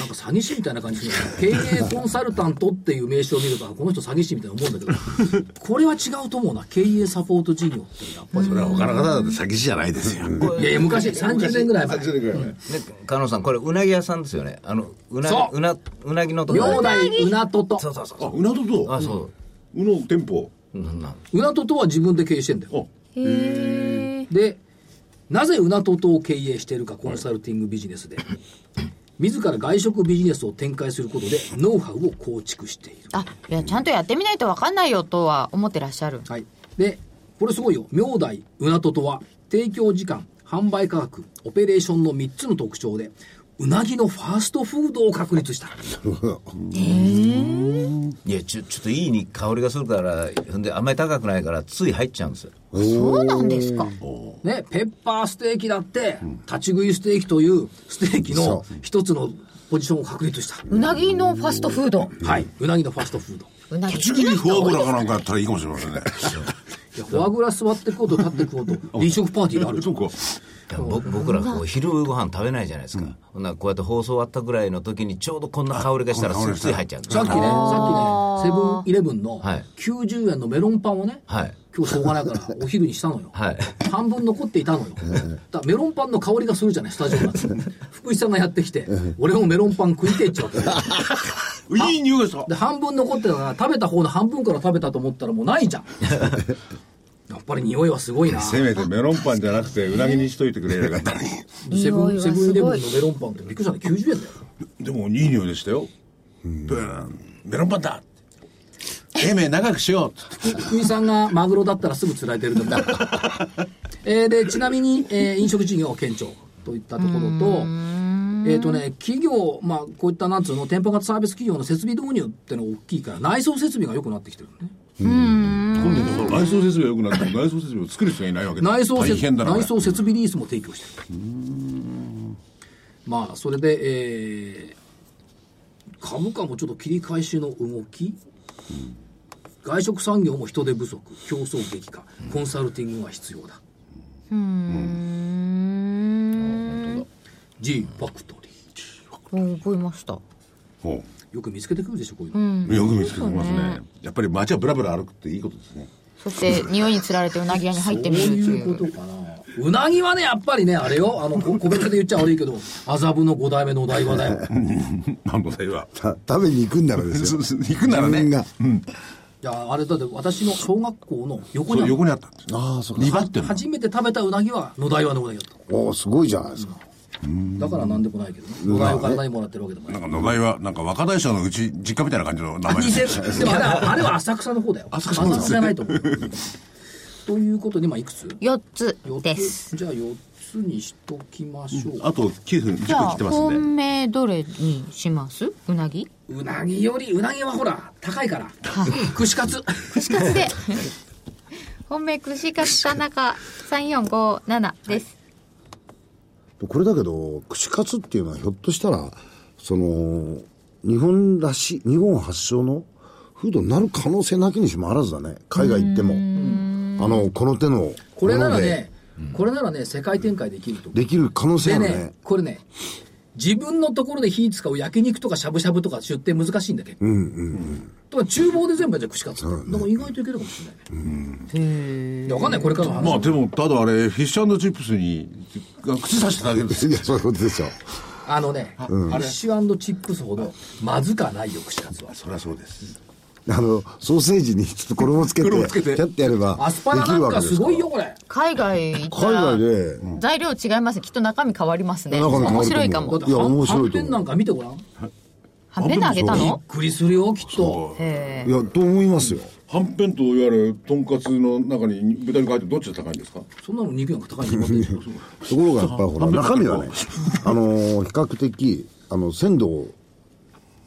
A: なんか詐欺師みたいな感じするな経営コンサルタントっていう名称を見るとあこの人詐欺師みたいな思うんだけどこれは違うと思うな経営サポート事業ってやっぱり
E: それは他の方だって詐欺師じゃないですよ。
A: いやいや昔30年ぐらい前
G: 30年ぐらい前
F: ね、加納さん、これ、うなぎ屋さんですよね。あの、うなぎ
A: そ、う
F: うな、うなぎのとこ
A: 妙内うなとと
F: そうそうそう。
G: あ、うなとと。
F: あ、そう。
G: うの店舗。
F: なんなん
A: うなととは自分で経営してんだよ
G: あ、
A: でなぜうなととを経営しているかコンサルティングビジネスで、自ら外食ビジネスを展開することでノウハウを構築している
D: あいやちゃんとやってみないとわかんないよとは思ってらっしゃる
A: はい、でこれすごいよ明大うなととは提供時間販売価格オペレーションの3つの特徴でうなぎのファーストフードを確立した
F: いや、ちょ、ちょっといいに香りがするから、ほんで、あんまり高くないから、つい入っちゃうんですよ。
D: そうなんですか
A: ね、ペッパーステーキだって、立ち食いステーキというステーキの一つのポジションを確立した、
D: うなぎのファストフード
A: はいうなぎのファーストフード
D: うなぎ
G: 立ち食
D: 好きない
G: フォ
D: 人
G: ア
D: 多
G: グ
D: い
G: ラかなんかやったらいいかもしれませんね。
A: いやフォアグラ座ってこうと立ってこうと飲食パーティーがある
G: そうか。
F: いや僕僕らこう昼ご飯食べないじゃないですか、ほんならこうやって放送終わったぐらいの時にちょうどこんな香りがしたら
G: あこん
F: つ
G: ない香り
F: つい入っちゃうんです
A: さっきね、さっきね、セブンイレブンの
F: はい
A: 90円のメロンパンをね、
F: はい
A: 今日しょうがないからお昼にしたのよ。
F: はい
A: 半分残っていたのよ。だからメロンパンの香りがするじゃない、スタジオ なんて。福井さんがやってきて、俺もメロンパン食いてえっちゃうから
G: いい匂いがした。
A: で、半分残ってたから、食べた方の半分から食べたと思ったらもうないじゃ ん。やっぱり匂いはすごいな。
G: せめてメロンパンじゃなくてうなぎにしといてくれればよかったのに
A: セブ
D: 匂い
A: ン、
D: は
A: セ
D: すごい
A: ブンイレブンのメロンパンってびっくりしたね、90円だよ。
G: でもいい匂いでしたよ。ブーンメロンパンだ生命長くしよう
A: 福井さんがマグロだったらすぐ釣られてると思う えーでちなみに、えー飲食事業堅調といったところとえっ、とね企業まあこういったなんつうの店舗型サービス企業の設備導入ってのが大きいから内装設備が良くなってきてるのね
G: 今度こそ内装設備が良くなっても内装設備を作る人がいないわけだ
A: 内装
G: 大
A: せ
G: 変だなこれ
A: 内装設備リースも提供してるまあそれで、えー株価もちょっと切り返しの動き外食産業も人手不足競争激化コンサルティングが必要だ
D: うん。
A: G ファクトリー
D: 覚えました。
G: ほ
A: よく見つけてくるでしょこういうの、
G: うよく見つけてますねやっぱり街はブラブラ歩くっていいことです ね
D: そして、匂いにつられてうなぎ屋に入ってみると
A: そう
D: い
A: いう
D: う。
A: ことかなうなぎはねやっぱりねあれよあのこ個別で言っちゃ悪いけど 麻布の5代目のお台場だよ
G: 何の際は
E: た食べに行くんならです
G: そ
E: よ
G: う。そう行くなら
E: 自分
G: ね
E: が
A: いやあれだって私の小学校の横に
G: そう
A: ある
G: 横にあったんです
E: ああ、そうか
G: リバってんの
A: 初めて食べたうなぎは野台湾のうなぎだっ
E: おーすごいじゃないですか。
A: ただからなんでもないけどね野台を体にもらってるわけでもな
G: ないんか野外はなんか若大将のうち実家みたいな感じの名前
A: 似てるでもあれはあれは浅草の方だよ
G: 浅草の方です
A: じゃないと思うということで今いくつ
D: 4つ
A: 四
D: です。
A: つじゃあ4つにしときましょう
G: あと9分
D: じ
G: 10
D: ゃ
G: 分
D: あ、
G: 来てますんで
D: 本命どれにしますうなぎ
A: うなぎよりうなぎはほら高いから串カツ
D: 串カツ で。本命串カツ田中3457です。
E: これだけど、串カツっていうのはひょっとしたら、その、日本らしい、日本発祥のフードになる可能性なきにしもあらずだね。海外行っても。あの、この手の。
A: これなら
E: もので
A: ね、これならね、世界展開できると思う。
E: できる可能性あ
A: で
E: る
A: ね
E: ね。、
A: これね、自分のところで火使う焼肉とかしゃぶしゃぶとか出店難しいんだけど。うんうんうん。だから厨房で全部やっちゃう串カツって。だから意外といけるかもしれないね。うん。わかんない、これからの話。
G: まあでもただあれフィッシュチップスに口さしてただけです
E: いや、そういうことですよ。
A: あのね、フィッシュチップスほどまずかないよ、串カツは。
G: そりゃそうです
E: あの、ソーセージにちょっと衣 つけて、
G: 衣つけて
E: キャッてやれば、
A: ア
E: で
A: スパラ
E: き
A: な
E: る
A: ん
E: わけ
A: か
E: ですすから
A: ごいよ、。これ。
D: 海外行った
E: 海
D: ら
E: 外で、
D: 材料違いますね。きっと中身変わりますね。
E: 中身変わ
D: 面
E: ると思う
D: 白いか
A: だ
D: も
A: っ。て
E: いや面白いと思う
A: はんぺんなんか見てごらん。びっ
D: はんぺんあげたの
A: くりするよ、きっと。
D: へ
E: いや、と思います よ。
G: はんぺんといわゆるとんかつの中に豚肉入ってどっちが高いんですか
A: そんなの肉なんか高いに決まってるじゃん
E: ところがやっぱりほら中身はね、あのー比較的あの鮮度を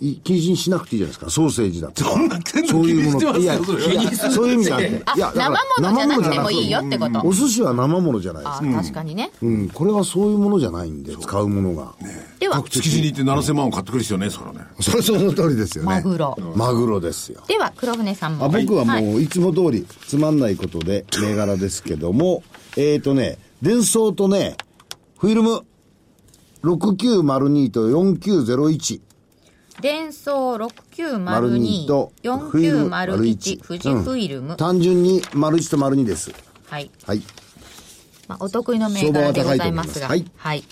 E: い禁止にしなくていいじゃないですか。ソーセージだって。
G: そんな全
E: そう
G: 部
E: いう
G: 禁止し
E: も
G: て
E: の
G: ます
E: いや、
G: よ、それ
E: いやそういう意味があって。
D: あ
E: いや、だから
D: 生ものじゃなくてもいいよ
E: 生もの
D: ってこと
E: うんお寿司は生ものじゃないです
D: あ
E: か。
D: ー確かにね、
E: うん、これはそういうものじゃないんで、使うものが。
D: では
G: 築地に行って7000万を買ってくる必要ねえですからね。
E: それはその通りですよね。
D: マグロ
E: マグロですよ。
D: では黒船さんも
H: あ僕はいもういつも通りつまんないことで銘柄ですけども、えーとね、伝送とね、フィルム6902と4901。
D: 伝送6902
H: 02とフィルム
D: 4901富士フィルム、
H: うん単純に丸1と丸2です。
D: はい、
H: はい。
D: まあ、お得意の銘柄でございますが
H: 相場は高いと思います
D: はい、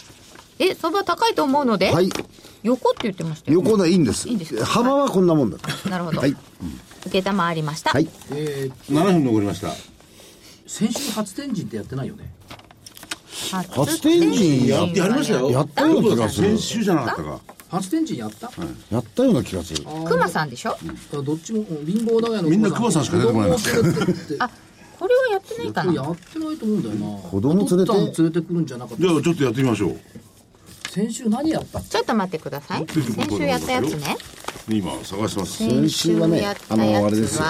D: え相場高いと思うので、
H: はい。
D: 横って言ってましたよね、
H: 横でいいんです。
D: いいんですか
H: 幅はこんなもんだ。
D: なるほど、
H: はい。
D: 受けたまわりました、
H: はい。
A: えー
G: 7分残りました。
A: 先週初天神ってやってないよね
D: 初
H: 天神や
G: やりましたよ。
E: やったような気がする
G: 先。週じゃなかったか。
A: 初天神やった、
E: やったような気がする。
D: クマさんでしょ
A: あどっちもうん貧乏長屋の
G: みんな熊さんしか出てこないな
A: あ
D: あこれはやってないかな
A: やってないと思うんだよな
E: 子供連れて
A: お父さん連れてくるんじゃなかっ
G: じゃあ
A: た
G: ちょっとやってみましょう。
A: 先週何やった
D: ちょっと待ってください
G: 出てこない
D: 先週やったやつね
G: 今探してます。
D: 先
H: 週はね
D: 週やったやつ
H: あのあれですよ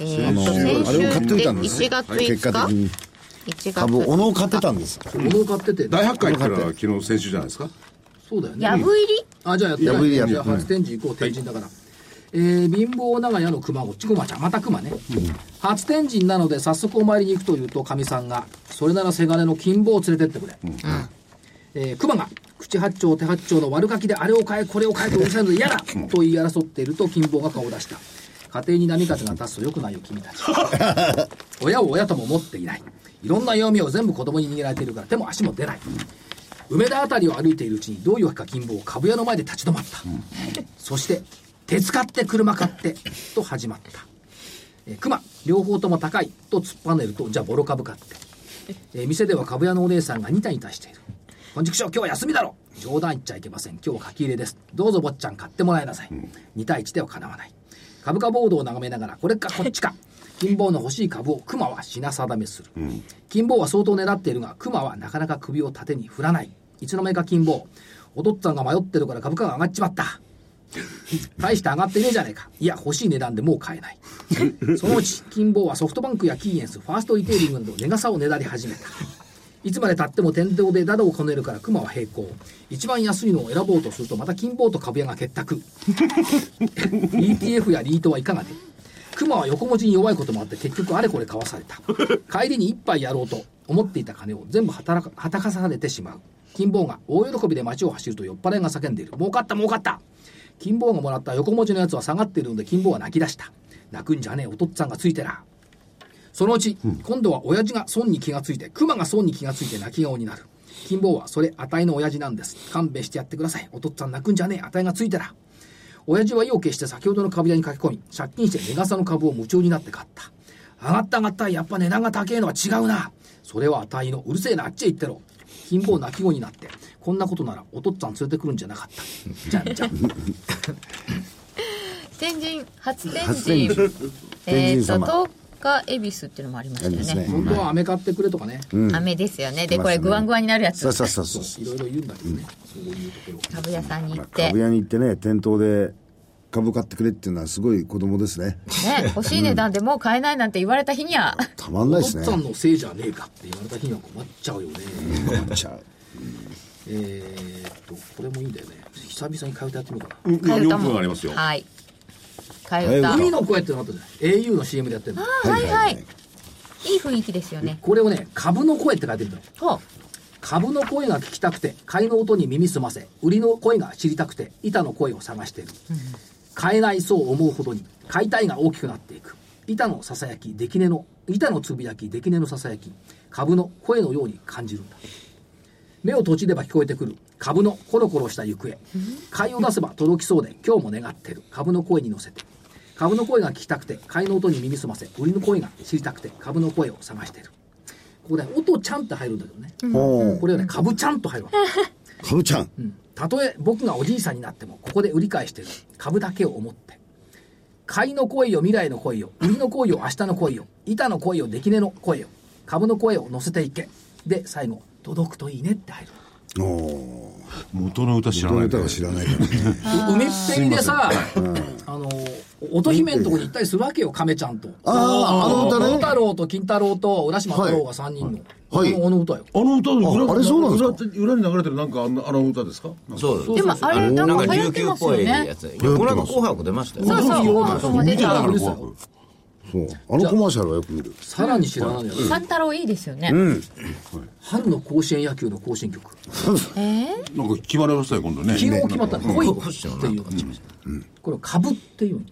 D: えーと
H: 先週あれを買って
D: 先
H: み
D: 週
H: た
D: っ
H: ん
D: て
H: ですね
D: 1
H: 結
D: 月
H: 果
D: 5
H: 的に
D: 日1月
H: 株、おのを買ってたんです。
A: 物を買ってて
G: 大発会ってのは昨日先週じゃないですか。
A: そうだよね
D: やぶ入り
A: あじゃあやってない
H: やぶりやぶり
A: じゃあ初天神行こう天神だから、えー貧乏長屋の熊こっち熊ちゃんまた熊ね、初天神なので早速お参りに行くというとかみさんがそれならせがれの金棒を連れてってくれ、えー熊が口八丁手八丁の悪ガキであれを買えこれを買えとうるさいので嫌だと言い争っていると金棒が顔を出した家庭に波風が立つと良くないよ君 たち親を親とも思っていないいろんな弱みを全部子供に逃げられているから手も足も出ない梅田辺りを歩いているうちにどういうわけか金棒株屋の前で立ち止まった、そして「手使って車買って」と始まった「えー熊両方とも高い」と突っぱねるとじゃあボロ株買って、えー店では株屋のお姉さんがニタニタしている「こんちくしょう今日は休みだろ!」冗談言っちゃいけません今日は書き入れですどうぞ坊ちゃん買ってもらいなさい、2対1ではかなわない株価ボードを眺めながらこれかこっちか金棒の欲しい株を熊は品定めする、金棒は相当狙っているが熊はなかなか首を縦に振らないいつの間にか金棒お父っつぁんが迷ってるから株価が上がっちまった 大して上がってねえじゃねえかいや欲しい値段でもう買えないそのうち金棒はソフトバンクやキーエンスファーストリテイリングなど値がさをねだり始めたいつまでたっても天井でダダをこねるから熊は平行一番安いのを選ぼうとするとまた金棒と株屋が結託 ETF やリートはいかがで熊は横文字に弱いこともあって結局あれこれ買わされた帰りに一杯やろうと思っていた金を全部働かはたかされてしまう金棒が大喜びで街を走ると酔っ払いが叫んでいる儲かった儲かった金棒がもらった横文字のやつは下がっているので金棒は泣き出した泣くんじゃねえお父っつぁんがついてらそのうち、今度は親父が損に気がついて熊が損に気がついて泣き顔になる金棒はそれあたいの親父なんです勘弁してやってくださいお父っつぁん泣くんじゃねえあたいがついてら親父は意を決して先ほどの株屋に駆け込み借金して値傘の株を夢中になって買った上がった上がったやっぱ値段が高えのは違うなそれはあたいのうるせえなあっちへ行ってろ貧乏泣き子になってこんなことならお父っつぁん連れてくるんじゃなかったじゃ んじゃん
D: 天神初天
H: 初
D: 神
H: 天神
D: え
H: 天
D: ー
H: 神様
D: と10日恵比寿っていうのもありました
H: あります
D: よね
H: ね。
A: 本当は飴買ってくれとかね、
D: 雨ですよねで
H: ますね
D: これグワングワンになるやつ
H: そうそうそうそう。
A: いろいろ言うんだけどね、そういうところ
D: 株屋さんに行って、
H: 株屋に行ってね、店頭で株買ってくれっていうのはすごい子供ですね。
D: ね、欲しい値段でもう買えないなんて言われた日には、
H: たまんない
A: お
H: で
A: 父
H: すね。
A: さんのせいじゃねえかって言われた日には困っちゃうよね、
H: ちゃう
A: えーっとこれもいいんだよね久々に替え歌やってみようか
G: うん
D: 替え
G: 4
D: 歌も
G: 分ありますよ。
D: はい替え歌
A: な
D: は
A: 海
D: い
A: の声ってのがあったじゃない au の CM でやってるの
D: はいはいいい雰囲気ですよね
A: これをね株の声って書いてるの
D: ほ
A: 株の声が聞きたくて買いの音に耳澄ませ売りの声が知りたくて板の声を探してる、買えないそう思うほどに買いたいが大きくなっていく板のささやき出来値の板のつぶやき出来値のささやき株の声のように感じるんだ目を閉じれば聞こえてくる株のコロコロした行方買いを出せば届きそうで今日も願ってる株の声に乗せて株の声が聞きたくて買いの音に耳澄ませ売りの声が知りたくて株の声を探してるここね音ちゃんって入るんだけどね、
H: ほう
A: これはね、株ちゃんと入るわけ。
H: 株ちゃん。
A: たとえ僕がおじいさんになっても、ここで売り買いしてる。株だけを思って。買いの声よ、未来の声よ。売りの声よ、明日の声よ。板の声よ、出来値の声よ。株の声を乗せていけ。で、最後、届くといいねって入る。
G: 元の歌知ら
E: ど
G: な
E: ないたか知らないからね。
A: う梅っぺりでさ、あの、乙姫のとこに行ったりするわけよ、亀ちゃんと。
E: ああ、あの歌
A: 桃
E: ね。
A: 太郎と金太郎と浦島太郎が3人の。
E: はい
A: あのあの歌よ。
G: あの歌の裏
E: ああれそうなんですか
G: 裏裏に流れてるなんかあのあの歌ですかなんか
F: そう
D: でもあれなんか流行
F: 琉
D: って
F: 球
D: ま
F: っ
D: す
F: ぽ
D: よ
F: い
D: ね
F: やつ。この間紅白出ましたよ。
D: そうそう紅白も出
G: 見てなが
D: た
G: ら紅白
E: そう。あのコマーシャルはよく見る。
A: さらに知らないのよ。
D: 三太郎いいですよね、
A: 春の甲子園野球の甲子園曲。
G: なんか決まりましたよ今度ね
A: 昨日決まったの、恋っていうのが決まりました。これを株っていうの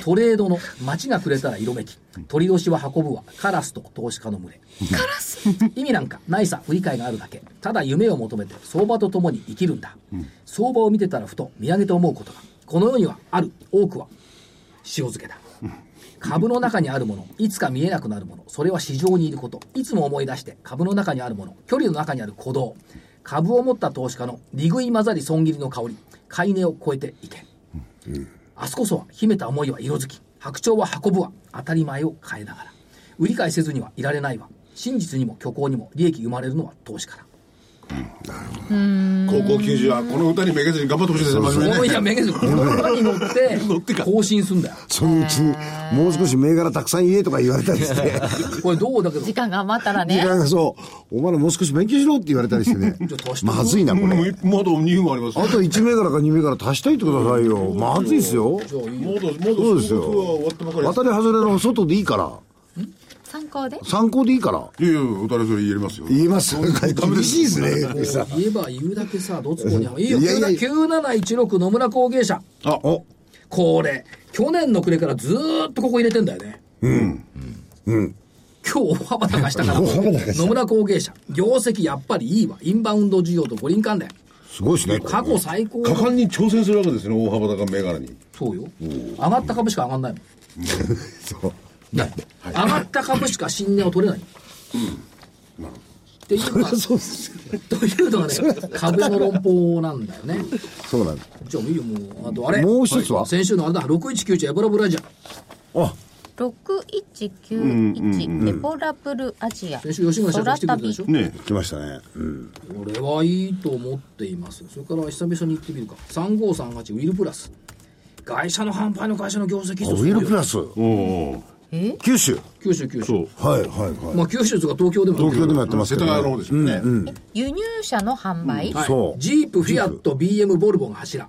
A: トレードの街がくれたら色めき鳥年は運ぶわカラスと投資家の群れ意味なんかないさ不理解があるだけただ夢を求めて相場と共に生きるんだ、相場を見てたらふと見上げて思うことがこの世にはある多くは塩漬けだ株の中にあるものいつか見えなくなるものそれは市場にいることいつも思い出して株の中にあるもの距離の中にある鼓動株を持った投資家の利食い混ざり損切りの香り買い値を超えていけ明日こそは秘めた思いは色づき白鳥は運ぶわ当たり前を変えながら売り買いせずにはいられないわ真実にも虚構にも利益生まれるのは投資から
G: 高校球児はこの歌にめげずに頑張ってほしいですね真
A: こ
G: 面
A: の
G: 目に
A: い
G: ね
A: やめげずこの馬 に乗って更新すんだよ
E: そのうちに、もう少し銘柄たくさん言えとか言われたりして。
A: これどうだけど
D: 時間が余ったら
E: 時
D: ね
E: 間がそう、お前らもう少し勉強しろって言われたりしてね
A: ちょっと足し。て
E: まずいな、こ
G: もう
E: れ。
G: 一まだ2分あります
E: あと1銘柄か2銘柄足しといてくださいよ。まずいっすよ。
G: まだまだ
E: そうです
G: 収録は終わ
E: よ
G: ったばか。りです
E: 渡り外れの外でいいから。
D: 参考で
E: 参考でいいから。
G: いやいや歌でそれ言えますよ
E: 言えます。厳しいですね。
A: こう言えば言うだけさ、どつこには。いいよ、
E: いやいやいや
A: 9716野村工芸社。
G: あお
A: これ、去年の暮れからずーっとここ入れてんだよね。うん。うん。今 日大幅高したから、野村工芸社。業績やっぱりいいわ。インバウンド需要と五輪関連。
E: すごいですね。
A: 過去最高。
G: 果敢に挑戦するわけですね大幅高銘柄に
A: そうよ。上がった株しか上がんないもん。
E: そう。
A: ね上がった株しか新値を取れない。っていうのが、
E: そうですよ。
A: というのがね、株の論法なんだよね。
E: そうなんです。
A: じゃあいいよもうあとあれ
E: もう一つは
A: 先週のあれだ6191エボラブラジア
E: あ、
D: 6191デボラブルアジア
A: 先週吉村社長
D: 空
A: 来てくれた
G: ね
D: 旅
A: でしょ
E: 来ましたね。うん。
A: これはいいと思っていますそれから久々に行ってみるか3538ウィルプラス外車の販売の会社の業績
E: ウィルプラ
A: ス
E: ス。
G: おおう
E: 九州。
A: 九州九州
G: そう
E: はいはいはい。
A: まあ九州とか東京でも
E: 東京でもやってま
G: 世
E: す
G: 田
E: けどね。
G: 谷の方ですよね
D: 輸入車の販売
A: はい
E: そう
A: ジープフィアット BM ボルボの柱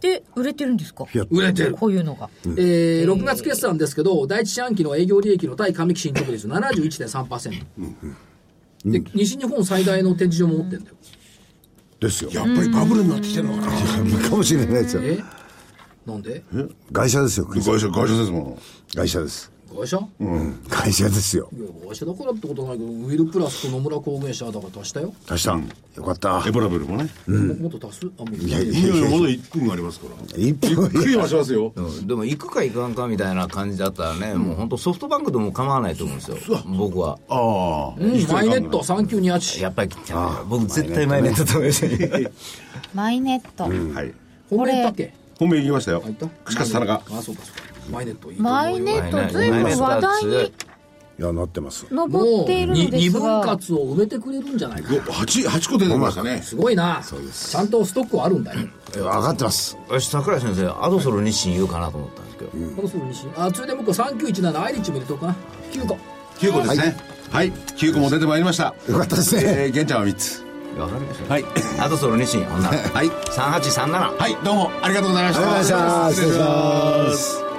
D: で売れてるんですか
E: や
A: 売れてる
D: こういうのが
A: えー、6月決算ですけど、第一四半期の営業利益の対上期進捗率71.3%、で西日本最大の展示場も持ってるんだよ、
E: ですよ。いや、
G: やっぱりバブルになってきてるのかな
E: かもしれないですよ。
A: えなんで
E: 会社ですよ。
G: 会社会社ですもん
E: 会社です。
A: 会社
E: 会社ですよ。
A: いや会社だからってことはないけどウィルプラスと野村工芸社だから足したよ、
E: 足した。よかった
G: エ。ボラブルもね
A: ももっと足すあもう
E: やいや
G: いやいやまだ1分ありますから
E: 一歩
G: クリアしますよ
F: うんでも行くか行かんかみたいな感じだったらね、もう本当ソフトバンクでも構わないと思うんですよ、僕は。
G: ああ
A: うんマイネット3928
F: やっぱり、僕絶対マイネットと思いましたね。
D: マイネット、
G: はい
A: 本命だっけ
G: 本命行きましたよ
A: 入った
G: 串カツ田中
A: あそうかそうかマイネットいいと思うよ
D: マイネットずいぶ
F: マイ
D: ん
F: ネット
D: 話題に
E: いや、なってます。
D: 上
A: も
D: っ
A: う
D: ているの
A: に
D: で
A: 二
D: す
A: 分
D: が
A: 割を埋めてくれるんじゃないか
G: 八八個出てきましたね
A: すごいなちゃんとストックはあるんだよ
E: 上がってます。
F: 私、桜井先生、アドソル日清言うかなと思ったんですけど、
A: このすぐにしあついで向こう3917アイリッチも入れとくかな9個
G: 九個ですねはい九個も出てまいりました
E: よかったですね。
G: えー、玄ちゃんは三つ
F: わかりました。
G: はい
F: アドソル日清、女。
G: はい
F: 3837。
G: はいどうもありがとうございました
E: ありがとうございました失礼します